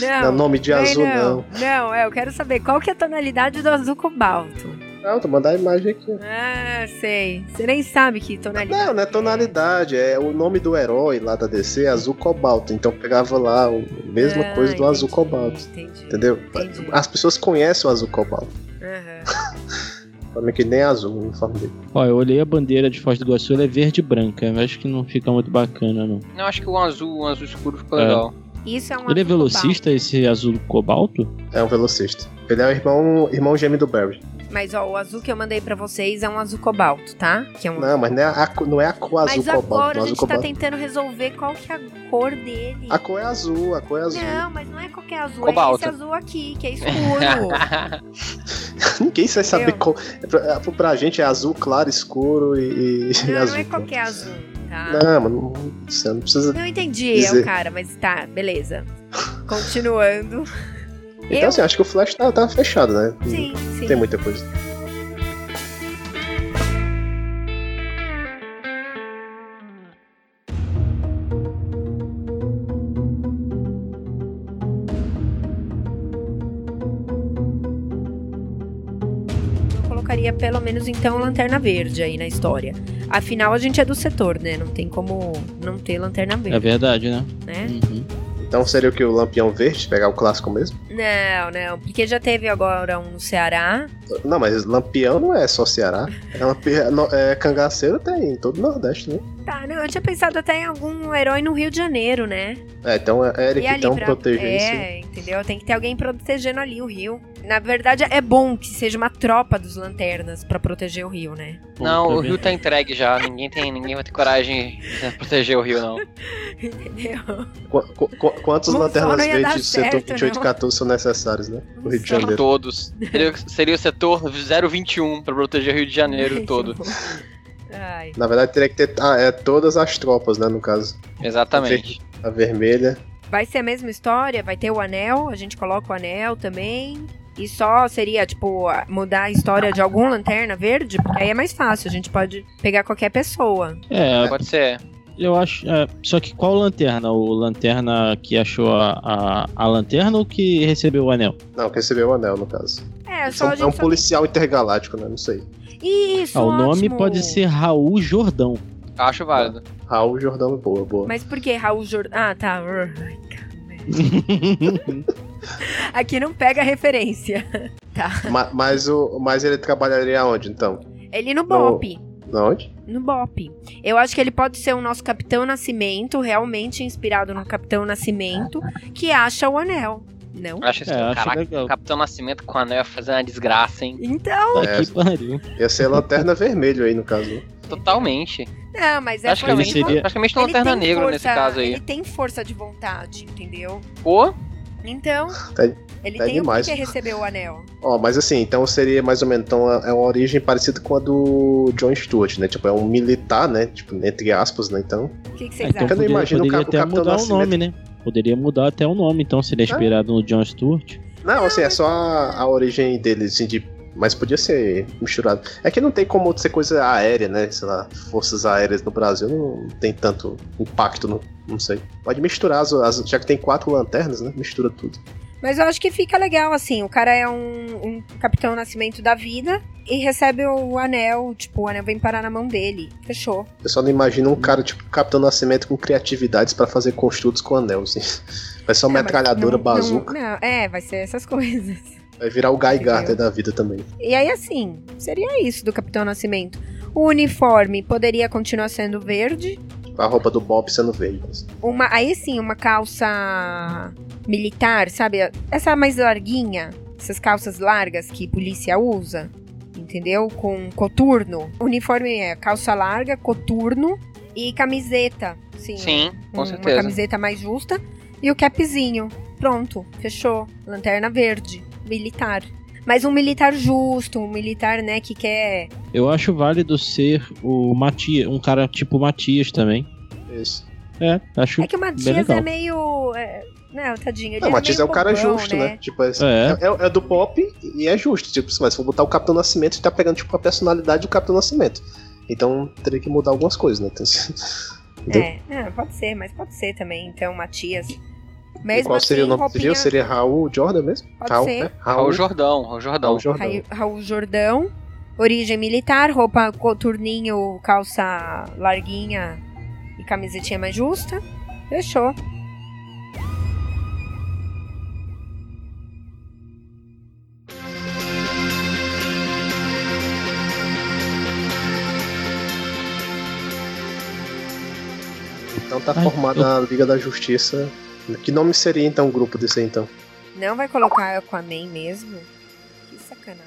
[SPEAKER 3] Não, é nome de
[SPEAKER 2] vem
[SPEAKER 3] azul,
[SPEAKER 2] não.
[SPEAKER 3] não.
[SPEAKER 2] Não, é, eu quero saber qual que é a tonalidade do azul cobalto.
[SPEAKER 3] Não, tô mandando a imagem aqui.
[SPEAKER 2] Ah, sei. Você nem sabe que tonalidade.
[SPEAKER 3] Não, não é tonalidade, é o nome do herói lá da DC é azul cobalto. Então pegava lá o- É a mesma
[SPEAKER 2] Ah,
[SPEAKER 3] coisa do azul
[SPEAKER 2] entendi,
[SPEAKER 3] cobalto.
[SPEAKER 2] Entendi.
[SPEAKER 3] Entendeu? Ah.
[SPEAKER 2] Entendi.
[SPEAKER 3] As pessoas conhecem o azul cobalto.
[SPEAKER 2] Aham.
[SPEAKER 3] Também que nem é azul, o uniforme dele.
[SPEAKER 4] Ó, eu olhei a bandeira de Foz do Iguaçu, ela é verde e branca. Eu acho que não fica muito bacana, não.
[SPEAKER 5] Não, acho que o azul, o azul escuro ficou
[SPEAKER 4] É.
[SPEAKER 5] legal.
[SPEAKER 2] Isso é um
[SPEAKER 4] Ele é
[SPEAKER 2] azul cobalto.
[SPEAKER 4] velocista, esse azul cobalto?
[SPEAKER 3] É um velocista. Ele é o irmão, irmão gêmeo do Barry.
[SPEAKER 2] Mas ó, o azul que eu mandei pra vocês é um azul cobalto, tá? Que é um
[SPEAKER 3] Não, mas não é a, co- não é a cor azul
[SPEAKER 2] Mas agora
[SPEAKER 3] cobalto. não, é
[SPEAKER 2] a
[SPEAKER 3] azul
[SPEAKER 2] gente tá
[SPEAKER 3] cobalto.
[SPEAKER 2] tentando resolver qual que é a cor dele.
[SPEAKER 3] A cor é azul, a cor é azul.
[SPEAKER 2] Não, mas não é qualquer azul,
[SPEAKER 5] Cobalto.
[SPEAKER 2] é esse azul aqui, que é escuro.
[SPEAKER 3] Ninguém vai saber
[SPEAKER 2] Entendeu?
[SPEAKER 3] qual. Pra, pra gente é azul claro, escuro e, e
[SPEAKER 2] não,
[SPEAKER 3] azul.
[SPEAKER 2] não é qualquer azul, tá?
[SPEAKER 3] Não, mano, não- você não precisa.
[SPEAKER 2] Não entendi, é o
[SPEAKER 3] Dizer.
[SPEAKER 2] cara, mas tá, beleza. Continuando.
[SPEAKER 3] Então,
[SPEAKER 2] eu,
[SPEAKER 3] assim, acho que o Flash tá, tá fechado, né?
[SPEAKER 2] sim,
[SPEAKER 3] Não
[SPEAKER 2] sim.
[SPEAKER 3] tem muita coisa.
[SPEAKER 2] Eu colocaria pelo menos então Lanterna Verde aí na história. Afinal, a gente é do setor, né? Não tem como não ter Lanterna
[SPEAKER 4] É
[SPEAKER 2] Verde,
[SPEAKER 4] verdade, né?
[SPEAKER 2] né?
[SPEAKER 4] Uhum.
[SPEAKER 3] Então seria o que? O Lampião Verde? Pegar o clássico mesmo?
[SPEAKER 2] Não, não, porque já teve agora um no Ceará.
[SPEAKER 3] Não, mas Lampião não é só Ceará. É, lampi- no- é cangaceiro tem em todo o Nordeste, né?
[SPEAKER 2] Tá, não, eu tinha pensado até em algum herói no Rio de Janeiro, né?
[SPEAKER 3] É, então é Eric, então proteger isso.
[SPEAKER 2] É, entendeu? Tem que ter alguém protegendo ali o rio. Na verdade, é bom que seja uma tropa dos lanternas pra proteger o rio, né?
[SPEAKER 4] Bom,
[SPEAKER 5] não,
[SPEAKER 4] tá
[SPEAKER 5] o
[SPEAKER 4] vendo?
[SPEAKER 5] rio tá entregue já. Ninguém, tem, ninguém vai ter coragem de proteger o rio, não.
[SPEAKER 2] Entendeu?
[SPEAKER 3] Qu- qu- qu- quantos
[SPEAKER 2] Bom, só
[SPEAKER 3] lanternas
[SPEAKER 2] não ia dar
[SPEAKER 3] verdes do setor
[SPEAKER 2] certo,
[SPEAKER 3] 28
[SPEAKER 2] não.
[SPEAKER 3] 14 são necessários, né? No Rio de
[SPEAKER 2] Só.
[SPEAKER 3] Janeiro.
[SPEAKER 5] Todos. Seria, seria o setor 021 pra proteger o Rio de Janeiro todo.
[SPEAKER 2] É Ai.
[SPEAKER 3] Na verdade, teria que ter ah, é, todas as tropas, né? No caso,
[SPEAKER 5] Exatamente.
[SPEAKER 3] a vermelha.
[SPEAKER 2] Vai ser a mesma história? Vai ter o anel? A gente coloca o anel também? E só seria, tipo, a- mudar a história de algum lanterna verde? Porque aí é mais fácil, a gente pode pegar qualquer pessoa.
[SPEAKER 4] É,
[SPEAKER 5] Pode ser.
[SPEAKER 4] eu acho. é, só que qual lanterna? O lanterna que achou a, a, a lanterna ou que recebeu o anel?
[SPEAKER 3] Não, que recebeu o anel, no caso.
[SPEAKER 2] É,
[SPEAKER 3] São-
[SPEAKER 2] só a
[SPEAKER 3] é
[SPEAKER 2] gente.
[SPEAKER 3] um
[SPEAKER 2] só-
[SPEAKER 3] policial intergaláctico, né? Não sei.
[SPEAKER 2] Isso,
[SPEAKER 4] Ah, o nome
[SPEAKER 2] ótimo.
[SPEAKER 4] pode ser Raul Jordão.
[SPEAKER 5] Acho válido.
[SPEAKER 3] Raul Jordão, boa, boa.
[SPEAKER 2] Mas por que Raul Jordão? Ah, tá. Ai, cara. Aqui não pega a referência.
[SPEAKER 3] Ma- mas, o, mas ele trabalharia onde, então?
[SPEAKER 2] Ele no BOP.
[SPEAKER 3] Na onde?
[SPEAKER 2] No BOP. Eu acho que ele pode ser o nosso Capitão Nascimento, realmente inspirado no Capitão Nascimento, que acha o anel. Não?
[SPEAKER 5] Acho
[SPEAKER 4] É,
[SPEAKER 5] estranho.
[SPEAKER 4] acho
[SPEAKER 5] Caraca,
[SPEAKER 4] legal.
[SPEAKER 5] o Capitão Nascimento com o anel ia fazer uma desgraça, hein?
[SPEAKER 2] Então.
[SPEAKER 4] Tá
[SPEAKER 3] É.
[SPEAKER 4] que pariu.
[SPEAKER 3] Ia ser lanterna vermelho aí, no caso. né?
[SPEAKER 5] Totalmente.
[SPEAKER 2] Não, mas é
[SPEAKER 5] Acho que ele
[SPEAKER 2] porque-
[SPEAKER 4] seria-
[SPEAKER 5] Praticamente
[SPEAKER 2] ele
[SPEAKER 5] lanterna
[SPEAKER 2] tem
[SPEAKER 5] negra
[SPEAKER 2] força-
[SPEAKER 5] nesse caso aí.
[SPEAKER 2] Ele tem força de vontade, entendeu?
[SPEAKER 5] Ou
[SPEAKER 2] Então,
[SPEAKER 3] Tá-
[SPEAKER 2] ele
[SPEAKER 3] tá
[SPEAKER 2] tem
[SPEAKER 3] demais.
[SPEAKER 2] o que é receber o anel.
[SPEAKER 3] Ó, mas assim, então seria mais ou menos. Então é uma origem parecida com a do John Stewart, né? Tipo, é um militar, né? Tipo, entre aspas, né? Então.
[SPEAKER 2] O que, que
[SPEAKER 4] Ah,
[SPEAKER 2] vocês
[SPEAKER 3] Eu
[SPEAKER 4] então
[SPEAKER 3] não
[SPEAKER 4] poderia,
[SPEAKER 3] imagino o
[SPEAKER 4] poderia
[SPEAKER 3] Cap- o
[SPEAKER 4] até
[SPEAKER 3] Capitão
[SPEAKER 4] mudar o
[SPEAKER 3] Nascimento.
[SPEAKER 4] nome, né? Poderia mudar até o nome, então seria inspirado no John Stewart.
[SPEAKER 3] Não, assim, é só a, a origem dele, assim, de. Mas podia ser misturado. É que não tem como ser coisa aérea, né? Sei lá, forças aéreas no Brasil não tem tanto impacto, não, não sei. Pode misturar, as, as- já que tem quatro lanternas, né? Mistura tudo.
[SPEAKER 2] Mas eu acho que fica legal, assim. O cara é um, um capitão nascimento da vida e recebe o anel. Tipo, o anel vem parar na mão dele. Fechou.
[SPEAKER 3] Eu só não imagino um cara tipo Capitão Nascimento com criatividades pra fazer construtos com anel, assim. Vai ser uma
[SPEAKER 2] É, mas
[SPEAKER 3] metralhadora
[SPEAKER 2] não-
[SPEAKER 3] bazuca,
[SPEAKER 2] Não, não, é, vai ser essas coisas.
[SPEAKER 3] vai virar o Guy
[SPEAKER 2] Entendeu?
[SPEAKER 3] Gardner da vida também.
[SPEAKER 2] E aí, assim, seria isso do Capitão Nascimento. O uniforme poderia continuar sendo verde.
[SPEAKER 3] Tipo, a roupa do Bob sendo verde. assim.
[SPEAKER 2] Uma, aí sim, uma calça militar, sabe? Essa mais larguinha. Essas calças largas que polícia usa. Entendeu? Com coturno. O uniforme é calça larga, coturno e camiseta. Sim.
[SPEAKER 5] sim, com
[SPEAKER 2] uma
[SPEAKER 5] certeza.
[SPEAKER 2] camiseta mais justa. E o capzinho. Pronto, fechou. Lanterna verde. Militar. Mas um militar justo, um militar, né, que quer.
[SPEAKER 4] Eu acho válido ser o Matias, um cara tipo Matias também.
[SPEAKER 3] Isso.
[SPEAKER 4] É, acho.
[SPEAKER 2] É que o
[SPEAKER 4] Bem
[SPEAKER 2] Matias
[SPEAKER 4] legal.
[SPEAKER 2] é meio. É, não, tadinho. Ele
[SPEAKER 3] Não, o Matias é
[SPEAKER 2] meio
[SPEAKER 3] o cara
[SPEAKER 2] bobão,
[SPEAKER 3] justo, né? Tipo, é,
[SPEAKER 4] É.
[SPEAKER 3] é- é do pop e é justo. Tipo, se você for botar o Capitão Nascimento, tá pegando tipo a personalidade do Capitão Nascimento. Então teria que mudar algumas coisas, né? Então,
[SPEAKER 2] É, ah, pode ser, mas pode ser também, então, Matias.
[SPEAKER 3] e
[SPEAKER 2] Mesmo
[SPEAKER 3] qual seria o
[SPEAKER 2] assim,
[SPEAKER 3] nome do
[SPEAKER 2] roupinha,
[SPEAKER 3] vídeo? Seria Raul Jordan mesmo?
[SPEAKER 2] Pode
[SPEAKER 3] Raul,
[SPEAKER 2] ser.
[SPEAKER 3] né?
[SPEAKER 5] Raul Jordão, Raul Jordão.
[SPEAKER 3] Raul Jordão.
[SPEAKER 2] Raul, Raul Jordão, origem militar, roupa coturninho, calça larguinha e camisetinha mais justa. Fechou.
[SPEAKER 3] Então tá
[SPEAKER 4] Ai,
[SPEAKER 3] formada a Liga da Justiça. Que nome seria então o grupo desse aí, então?
[SPEAKER 2] Não vai colocar Aquaman mesmo? Que sacanagem.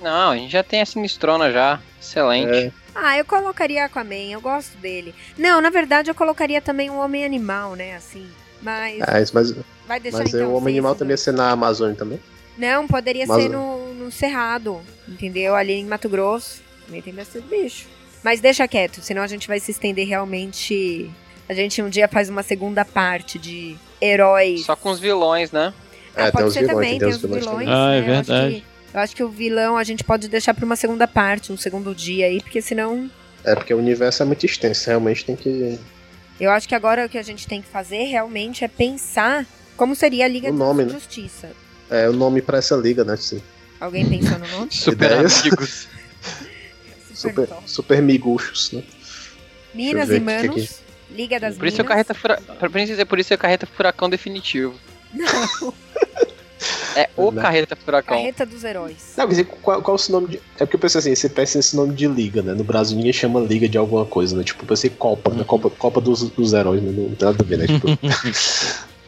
[SPEAKER 5] Não, a gente já tem a Sinistrona já. Excelente.
[SPEAKER 3] É,
[SPEAKER 2] Ah, eu colocaria Aquaman, eu gosto dele. Não, na verdade eu colocaria também um Homem Animal, né, assim. Mas
[SPEAKER 3] ah, isso, mas,
[SPEAKER 2] vai deixar
[SPEAKER 3] mas aí
[SPEAKER 2] então
[SPEAKER 3] o Homem
[SPEAKER 2] sem
[SPEAKER 3] Animal
[SPEAKER 2] esse
[SPEAKER 3] também ia ser na Amazônia também?
[SPEAKER 2] Não, poderia
[SPEAKER 3] Mas-
[SPEAKER 2] ser no, no Cerrado, entendeu? Ali em Mato Grosso. Também tem bastante bicho. Mas deixa quieto, senão a gente vai se estender realmente. A gente um dia faz uma segunda parte de heróis.
[SPEAKER 5] Só com os vilões, né?
[SPEAKER 2] Ah,
[SPEAKER 3] É, tem
[SPEAKER 2] pode
[SPEAKER 3] os
[SPEAKER 2] ser
[SPEAKER 3] vilões,
[SPEAKER 2] também,
[SPEAKER 3] tem
[SPEAKER 2] tem
[SPEAKER 3] os
[SPEAKER 2] os
[SPEAKER 3] vilões
[SPEAKER 2] vilões.
[SPEAKER 3] também.
[SPEAKER 4] Ah, é
[SPEAKER 2] né? Eu acho que-
[SPEAKER 4] verdade.
[SPEAKER 2] Eu acho que o vilão a gente pode deixar pra uma segunda parte, um segundo dia aí, porque senão
[SPEAKER 3] É, porque o universo é muito extenso, realmente tem que.
[SPEAKER 2] Eu acho que agora o que a gente tem que fazer realmente é pensar como seria a Liga
[SPEAKER 3] O nome,
[SPEAKER 2] da
[SPEAKER 3] né?
[SPEAKER 2] Justiça.
[SPEAKER 3] É o nome pra essa liga, né? Assim,
[SPEAKER 2] Alguém pensou no nome?
[SPEAKER 5] Super
[SPEAKER 3] Ideias.
[SPEAKER 5] amigos.
[SPEAKER 2] Super,
[SPEAKER 3] super,
[SPEAKER 2] top.
[SPEAKER 3] super miguxos, né?
[SPEAKER 2] Minas e
[SPEAKER 3] ver o que que é
[SPEAKER 2] Manos. Liga das
[SPEAKER 5] Por isso é o
[SPEAKER 2] Minas.
[SPEAKER 5] carreta fura... por isso- por isso é o carreta furacão definitivo.
[SPEAKER 2] Não,
[SPEAKER 5] É o
[SPEAKER 3] Né?
[SPEAKER 5] carreta furacão.
[SPEAKER 2] carreta dos heróis.
[SPEAKER 3] Não, quer dizer, qual, qual o nome de. É porque eu pensei assim, você pensa esse nome de liga, né? No Brasil ninguém chama liga de alguma coisa, né? Tipo, eu pensei Copa, né? Copa, Copa dos, dos heróis, né? Não tem nada a ver, né? Tipo.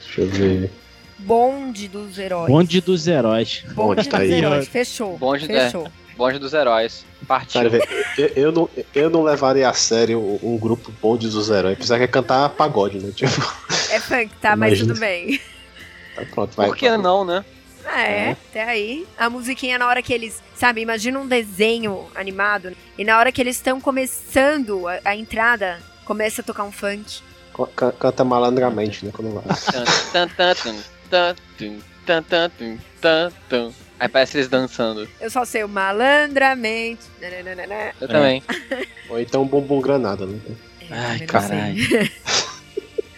[SPEAKER 3] Deixa eu ver.
[SPEAKER 2] Bonde dos heróis.
[SPEAKER 4] Bonde dos heróis.
[SPEAKER 2] Bonde
[SPEAKER 3] Bonde, tá
[SPEAKER 2] dos
[SPEAKER 3] aí, ó.
[SPEAKER 2] heróis. Fechou.
[SPEAKER 5] Bonde, é.
[SPEAKER 2] Fechou.
[SPEAKER 5] Bonde dos heróis.
[SPEAKER 3] Cara,
[SPEAKER 5] Partiu.
[SPEAKER 3] velho, eu, eu não, eu não levaria a sério um grupo bonde dos heróis. Apesar que é cantar pagode, né? Tipo,
[SPEAKER 2] É funk, tá? Mas
[SPEAKER 3] Imagina.
[SPEAKER 2] tudo bem.
[SPEAKER 3] tá pronto, vai.
[SPEAKER 5] Por que não, né?
[SPEAKER 2] Ah, é, até aí. A musiquinha na hora que eles. Sabe, imagina um desenho animado. né? E na hora que eles estão começando a, a entrada, começa a tocar um funk.
[SPEAKER 3] Ca- Canta malandramente, né? Quando vai.
[SPEAKER 5] Tan, tan, tan, tum, tan, tum, tan, tan, tum, tan, tum. Aí parece eles dançando.
[SPEAKER 2] Eu só sei o malandramente. Nananana.
[SPEAKER 5] Eu
[SPEAKER 4] É.
[SPEAKER 5] também.
[SPEAKER 3] Ou então bumbum granada, né?
[SPEAKER 2] É,
[SPEAKER 4] Ai,
[SPEAKER 2] eu não sei.
[SPEAKER 4] caralho.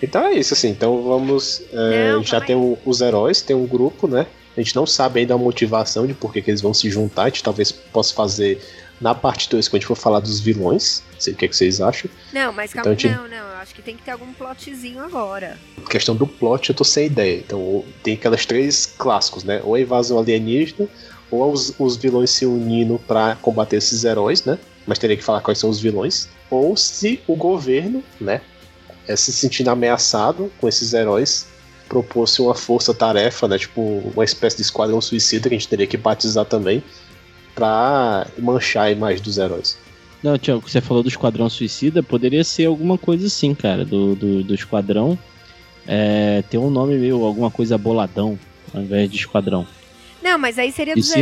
[SPEAKER 3] Então é isso, assim. Então vamos. é,
[SPEAKER 2] Não,
[SPEAKER 3] a gente já
[SPEAKER 2] calma
[SPEAKER 3] tem o- os heróis, tem um grupo, né? A gente não sabe ainda a motivação de por que, que eles vão se juntar. A gente talvez possa fazer na parte 2, quando a gente for falar dos vilões. Não sei o que, é que vocês acham.
[SPEAKER 2] Não, mas
[SPEAKER 3] Então,
[SPEAKER 2] calma.
[SPEAKER 3] te-
[SPEAKER 2] Não, não. eu Acho que tem que ter algum plotzinho agora.
[SPEAKER 3] questão do plot, eu tô sem ideia. Então, ou- tem aquelas três clássicos, né? Ou a invasão alienígena, ou os, os vilões se unindo pra combater esses heróis, né? Mas teria que falar quais são os vilões. Ou se o governo, né? É, se sentindo ameaçado com esses heróis, propôs-se uma força-tarefa, né? Tipo, uma espécie de esquadrão suicida que a gente teria que batizar também. Pra manchar a imagem dos heróis.
[SPEAKER 4] Não, Tiago, você falou do Esquadrão Suicida, poderia ser alguma coisa assim, cara, do, do, do Esquadrão. É, ter um nome meio, alguma coisa boladão, ao invés de Esquadrão.
[SPEAKER 2] Não, mas aí seria
[SPEAKER 4] E
[SPEAKER 2] dos
[SPEAKER 4] se-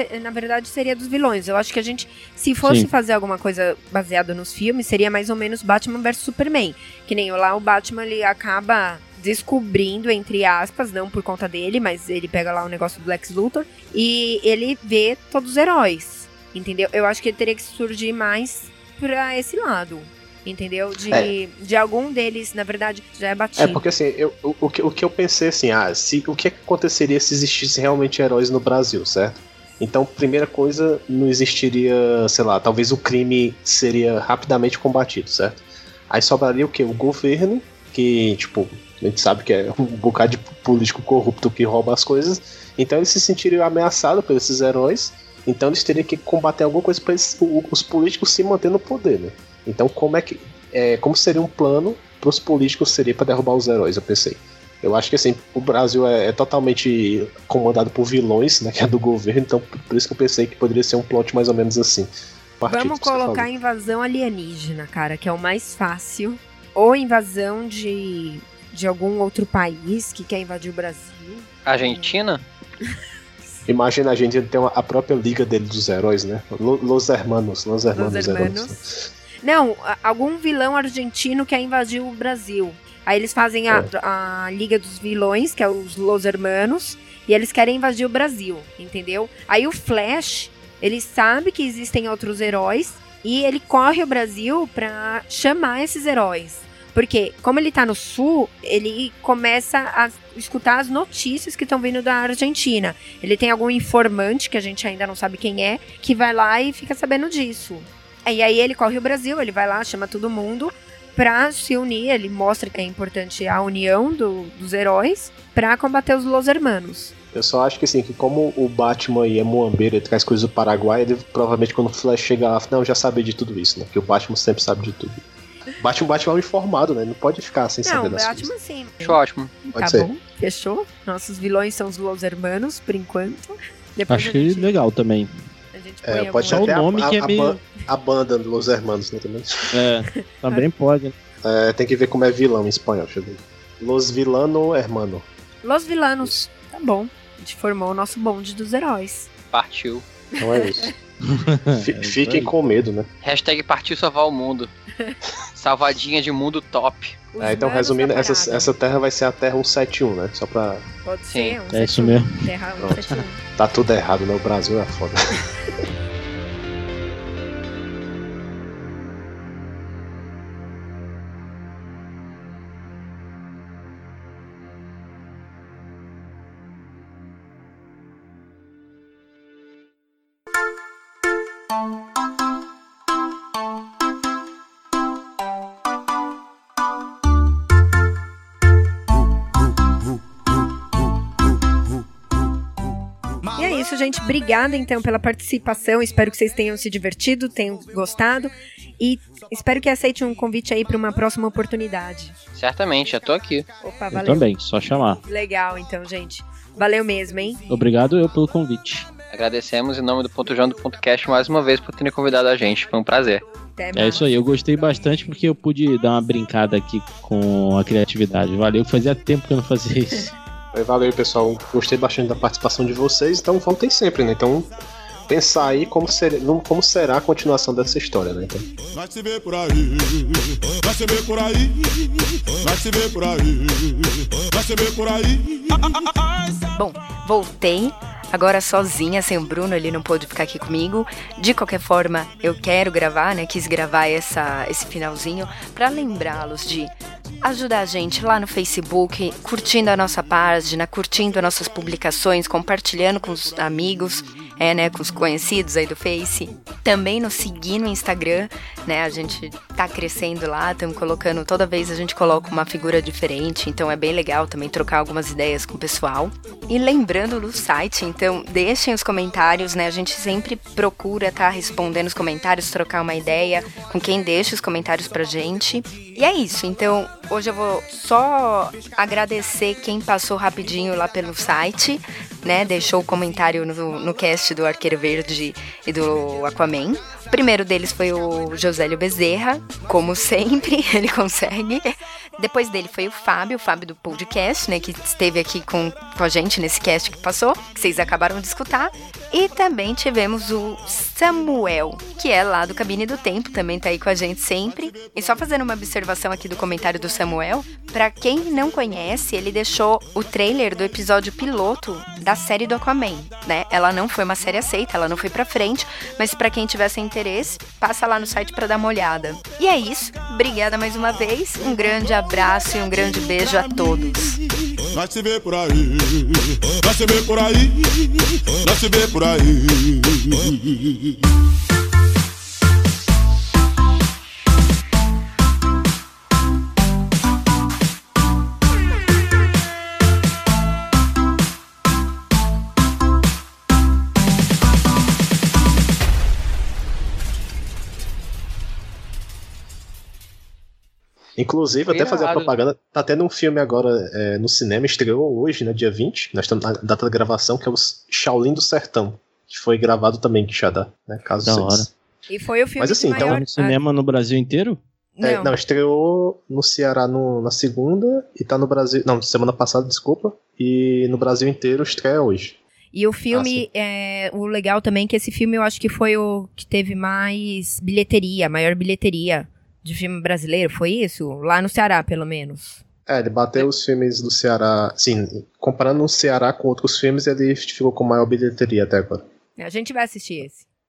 [SPEAKER 2] heróis. na verdade, seria dos vilões. Eu acho que a gente, se fosse
[SPEAKER 4] Sim.
[SPEAKER 2] fazer alguma coisa baseada nos filmes, seria mais ou menos Batman vs Superman. Que nem lá o Batman ele acaba descobrindo, entre aspas, não por conta dele, mas ele pega lá o negócio do Lex Luthor e ele vê todos os heróis. Entendeu? Eu acho que ele teria que surgir mais pra esse lado. Entendeu? De,
[SPEAKER 3] É.
[SPEAKER 2] de algum deles, na verdade, já é batido.
[SPEAKER 3] É, porque assim, eu, o, o que, o que eu pensei assim, ah, se, o que aconteceria se existissem realmente heróis no Brasil, certo? Então, primeira coisa, não existiria, sei lá, talvez o crime seria rapidamente combatido, certo? Aí sobraria o quê? O governo, que, tipo, a gente sabe que é um bocado de político corrupto que rouba as coisas. Então eles se sentiriam ameaçados por esses heróis. Então eles teriam que combater alguma coisa para os políticos se manter no poder, né? Então como é que é, como seria um plano para os políticos seria para derrubar os heróis, eu pensei. Eu acho que assim, o Brasil é, é totalmente comandado por vilões, né, que é do governo, então por isso que eu pensei que poderia ser um plot mais ou menos assim. Partido
[SPEAKER 2] Vamos
[SPEAKER 3] que você falou.
[SPEAKER 2] colocar invasão alienígena, cara, que é o mais fácil. Ou invasão de, de algum outro país que quer invadir o Brasil.
[SPEAKER 5] Argentina?
[SPEAKER 3] Imagina a gente ter uma- a própria liga dele dos heróis, né? Lo- Los Hermanos, Los Hermanos.
[SPEAKER 2] Los
[SPEAKER 3] Heróis.
[SPEAKER 2] hermanos.
[SPEAKER 7] Não, a- algum vilão argentino que invadiu o Brasil. Aí eles fazem a,
[SPEAKER 3] É.
[SPEAKER 7] a Liga dos Vilões, que é os Los Hermanos, e eles querem invadir o Brasil, entendeu? Aí o Flash, ele sabe que existem outros heróis e ele corre ao Brasil pra chamar esses heróis. Porque, como ele tá no sul, ele começa a escutar as notícias que estão vindo da Argentina. Ele tem algum informante, que a gente ainda não sabe quem é, que vai lá e fica sabendo disso. E aí ele corre o Brasil, ele vai lá, chama todo mundo pra se unir, ele mostra que é importante a união do- dos heróis pra combater os Los Hermanos.
[SPEAKER 3] Eu só acho que assim, que como o Batman aí é muambeiro, ele traz coisas do Paraguai, ele provavelmente quando o Flash chega lá, não, já sabe de tudo isso, né? Porque o Batman sempre sabe de tudo. Batman, Batman é um informado, né? Ele não pode ficar sem
[SPEAKER 7] não,
[SPEAKER 3] saber das coisas.
[SPEAKER 7] Batman sim.
[SPEAKER 5] Acho ótimo.
[SPEAKER 3] um Pode
[SPEAKER 7] tá
[SPEAKER 3] ser.
[SPEAKER 7] bom, fechou. Nossos vilões são os Los Hermanos, por enquanto. Depois
[SPEAKER 2] é,
[SPEAKER 4] Acho
[SPEAKER 7] a
[SPEAKER 4] que
[SPEAKER 7] gente,
[SPEAKER 4] legal também.
[SPEAKER 7] A gente põe
[SPEAKER 3] É,
[SPEAKER 2] né?
[SPEAKER 3] pode ser
[SPEAKER 4] Só o
[SPEAKER 7] alguma-
[SPEAKER 3] até a,
[SPEAKER 4] nome
[SPEAKER 3] a,
[SPEAKER 4] que é
[SPEAKER 3] a
[SPEAKER 4] meio-
[SPEAKER 3] ban- a banda dos Los Hermanos, né? Também.
[SPEAKER 4] É, também pode. né?
[SPEAKER 3] É, tem que ver como é vilão em espanhol, deixa eu ver. Los Vilano Hermano.
[SPEAKER 7] Los Vilanos. Tá bom. A gente formou o nosso bonde dos heróis.
[SPEAKER 5] Partiu.
[SPEAKER 3] Então é isso. Fi-
[SPEAKER 4] É isso
[SPEAKER 3] Fiquem
[SPEAKER 4] aí.
[SPEAKER 3] com medo, né?
[SPEAKER 5] Hashtag partiu salvar o mundo. Salvadinha de mundo top.
[SPEAKER 7] Os
[SPEAKER 3] É, então,
[SPEAKER 7] manos
[SPEAKER 3] resumindo,
[SPEAKER 7] da
[SPEAKER 3] essa,
[SPEAKER 7] parada.
[SPEAKER 3] essa terra vai ser a Terra 171, né? Só pra.
[SPEAKER 7] Pode
[SPEAKER 5] Sim,
[SPEAKER 7] ser, um
[SPEAKER 4] É isso
[SPEAKER 7] setor.
[SPEAKER 4] mesmo.
[SPEAKER 7] Terra
[SPEAKER 3] Pronto.
[SPEAKER 7] 171.
[SPEAKER 3] Tá tudo errado, né? O Brasil é foda.
[SPEAKER 7] E é isso, gente. Obrigada, então, pela participação. Espero que vocês tenham se divertido, tenham gostado. E espero que aceitem um convite aí para uma próxima oportunidade.
[SPEAKER 5] Certamente, já tô aqui.
[SPEAKER 2] Ah,
[SPEAKER 7] Opa,
[SPEAKER 4] Eu
[SPEAKER 7] valeu.
[SPEAKER 4] também, só chamar.
[SPEAKER 7] Legal, então, gente. Valeu mesmo, hein?
[SPEAKER 4] Obrigado eu pelo convite. É
[SPEAKER 5] Agradecemos em nome do Ponto João do Ponto Cast mais uma vez por terem convidado a gente. Foi um prazer.
[SPEAKER 7] Até
[SPEAKER 4] É
[SPEAKER 7] mais.
[SPEAKER 4] isso aí, eu gostei bastante porque eu pude dar uma brincada aqui com a criatividade. Valeu, fazia tempo que eu não fazia isso.
[SPEAKER 3] Aí, Valeu, pessoal. Gostei bastante da participação de vocês, então voltem sempre, né? Então, pensar aí como, ser- no- como será a continuação dessa história, né? Então,
[SPEAKER 8] Nós se vê por aí, nós se vê por aí, nós se vê por aí, nós se vê por aí.
[SPEAKER 2] Voltei, agora sozinha, sem o Bruno, ele não pôde ficar aqui comigo. De qualquer forma, eu quero gravar, né? Quis gravar essa, esse finalzinho pra lembrá-los de ajudar a gente lá no Facebook, curtindo a nossa página, curtindo as nossas publicações, compartilhando com os amigos. É, né, com os conhecidos aí do Face. Também nos seguir no Instagram, né? A gente tá crescendo lá, estamos colocando, toda vez a gente coloca uma figura diferente, então é bem legal também trocar algumas ideias com o pessoal. E lembrando do site, então deixem os comentários, né? A gente sempre procura estar respondendo os comentários, trocar uma ideia com quem deixa os comentários pra gente. E é isso, então hoje eu vou só agradecer quem passou rapidinho lá pelo site, né? Deixou o comentário no, no cast do Arqueiro Verde e do Aquaman. O primeiro deles foi o Josélio Bezerra, como sempre, ele consegue. Depois dele foi o Fábio, o Fábio do podcast, né? Que esteve aqui com, com a gente nesse cast que passou, que vocês acabaram de escutar. E também tivemos o Samuel, que é lá do Cabine do Tempo, também tá aí com a gente sempre. E só fazendo uma observação aqui do comentário do Samuel, pra quem não conhece, ele deixou o trailer do episódio piloto da série do Aquaman, né? Ela não foi uma série aceita, ela não foi pra frente, mas pra quem tivesse interesse, passa lá no site pra dar uma olhada. E é isso. Obrigada mais uma vez. Um grande abraço e um grande beijo a todos.
[SPEAKER 8] Nós se vê por aí, nós se vê por aí, nós se vê por aí.
[SPEAKER 3] inclusive, até fazer a
[SPEAKER 5] Irado.
[SPEAKER 3] propaganda, tá tendo um filme agora é, no cinema, estreou hoje, né? Dia 20. Nós estamos na data da gravação, que é o Shaolin do Sertão. Que foi gravado também em Quixadá, né? Caso
[SPEAKER 4] Da
[SPEAKER 3] vocês-
[SPEAKER 4] hora.
[SPEAKER 7] E foi o filme
[SPEAKER 3] Mas assim,
[SPEAKER 7] de
[SPEAKER 3] então,
[SPEAKER 7] maior...
[SPEAKER 4] Tá
[SPEAKER 2] é,
[SPEAKER 4] no cinema no Brasil inteiro?
[SPEAKER 7] Ah,
[SPEAKER 3] É,
[SPEAKER 7] não.
[SPEAKER 3] não, estreou no Ceará no- na segunda e tá no Brasil. Não, semana passada, desculpa. E no Brasil inteiro estreia hoje.
[SPEAKER 2] E o filme, é, o legal também é que esse filme eu acho que foi o que teve mais bilheteria, maior bilheteria de filme brasileiro, foi isso? Lá no Ceará, pelo menos.
[SPEAKER 3] É, ele bateu os filmes do Ceará. Sim, comparando o Ceará com outros filmes, ele ficou com maior bilheteria até agora.
[SPEAKER 2] A gente vai assistir esse.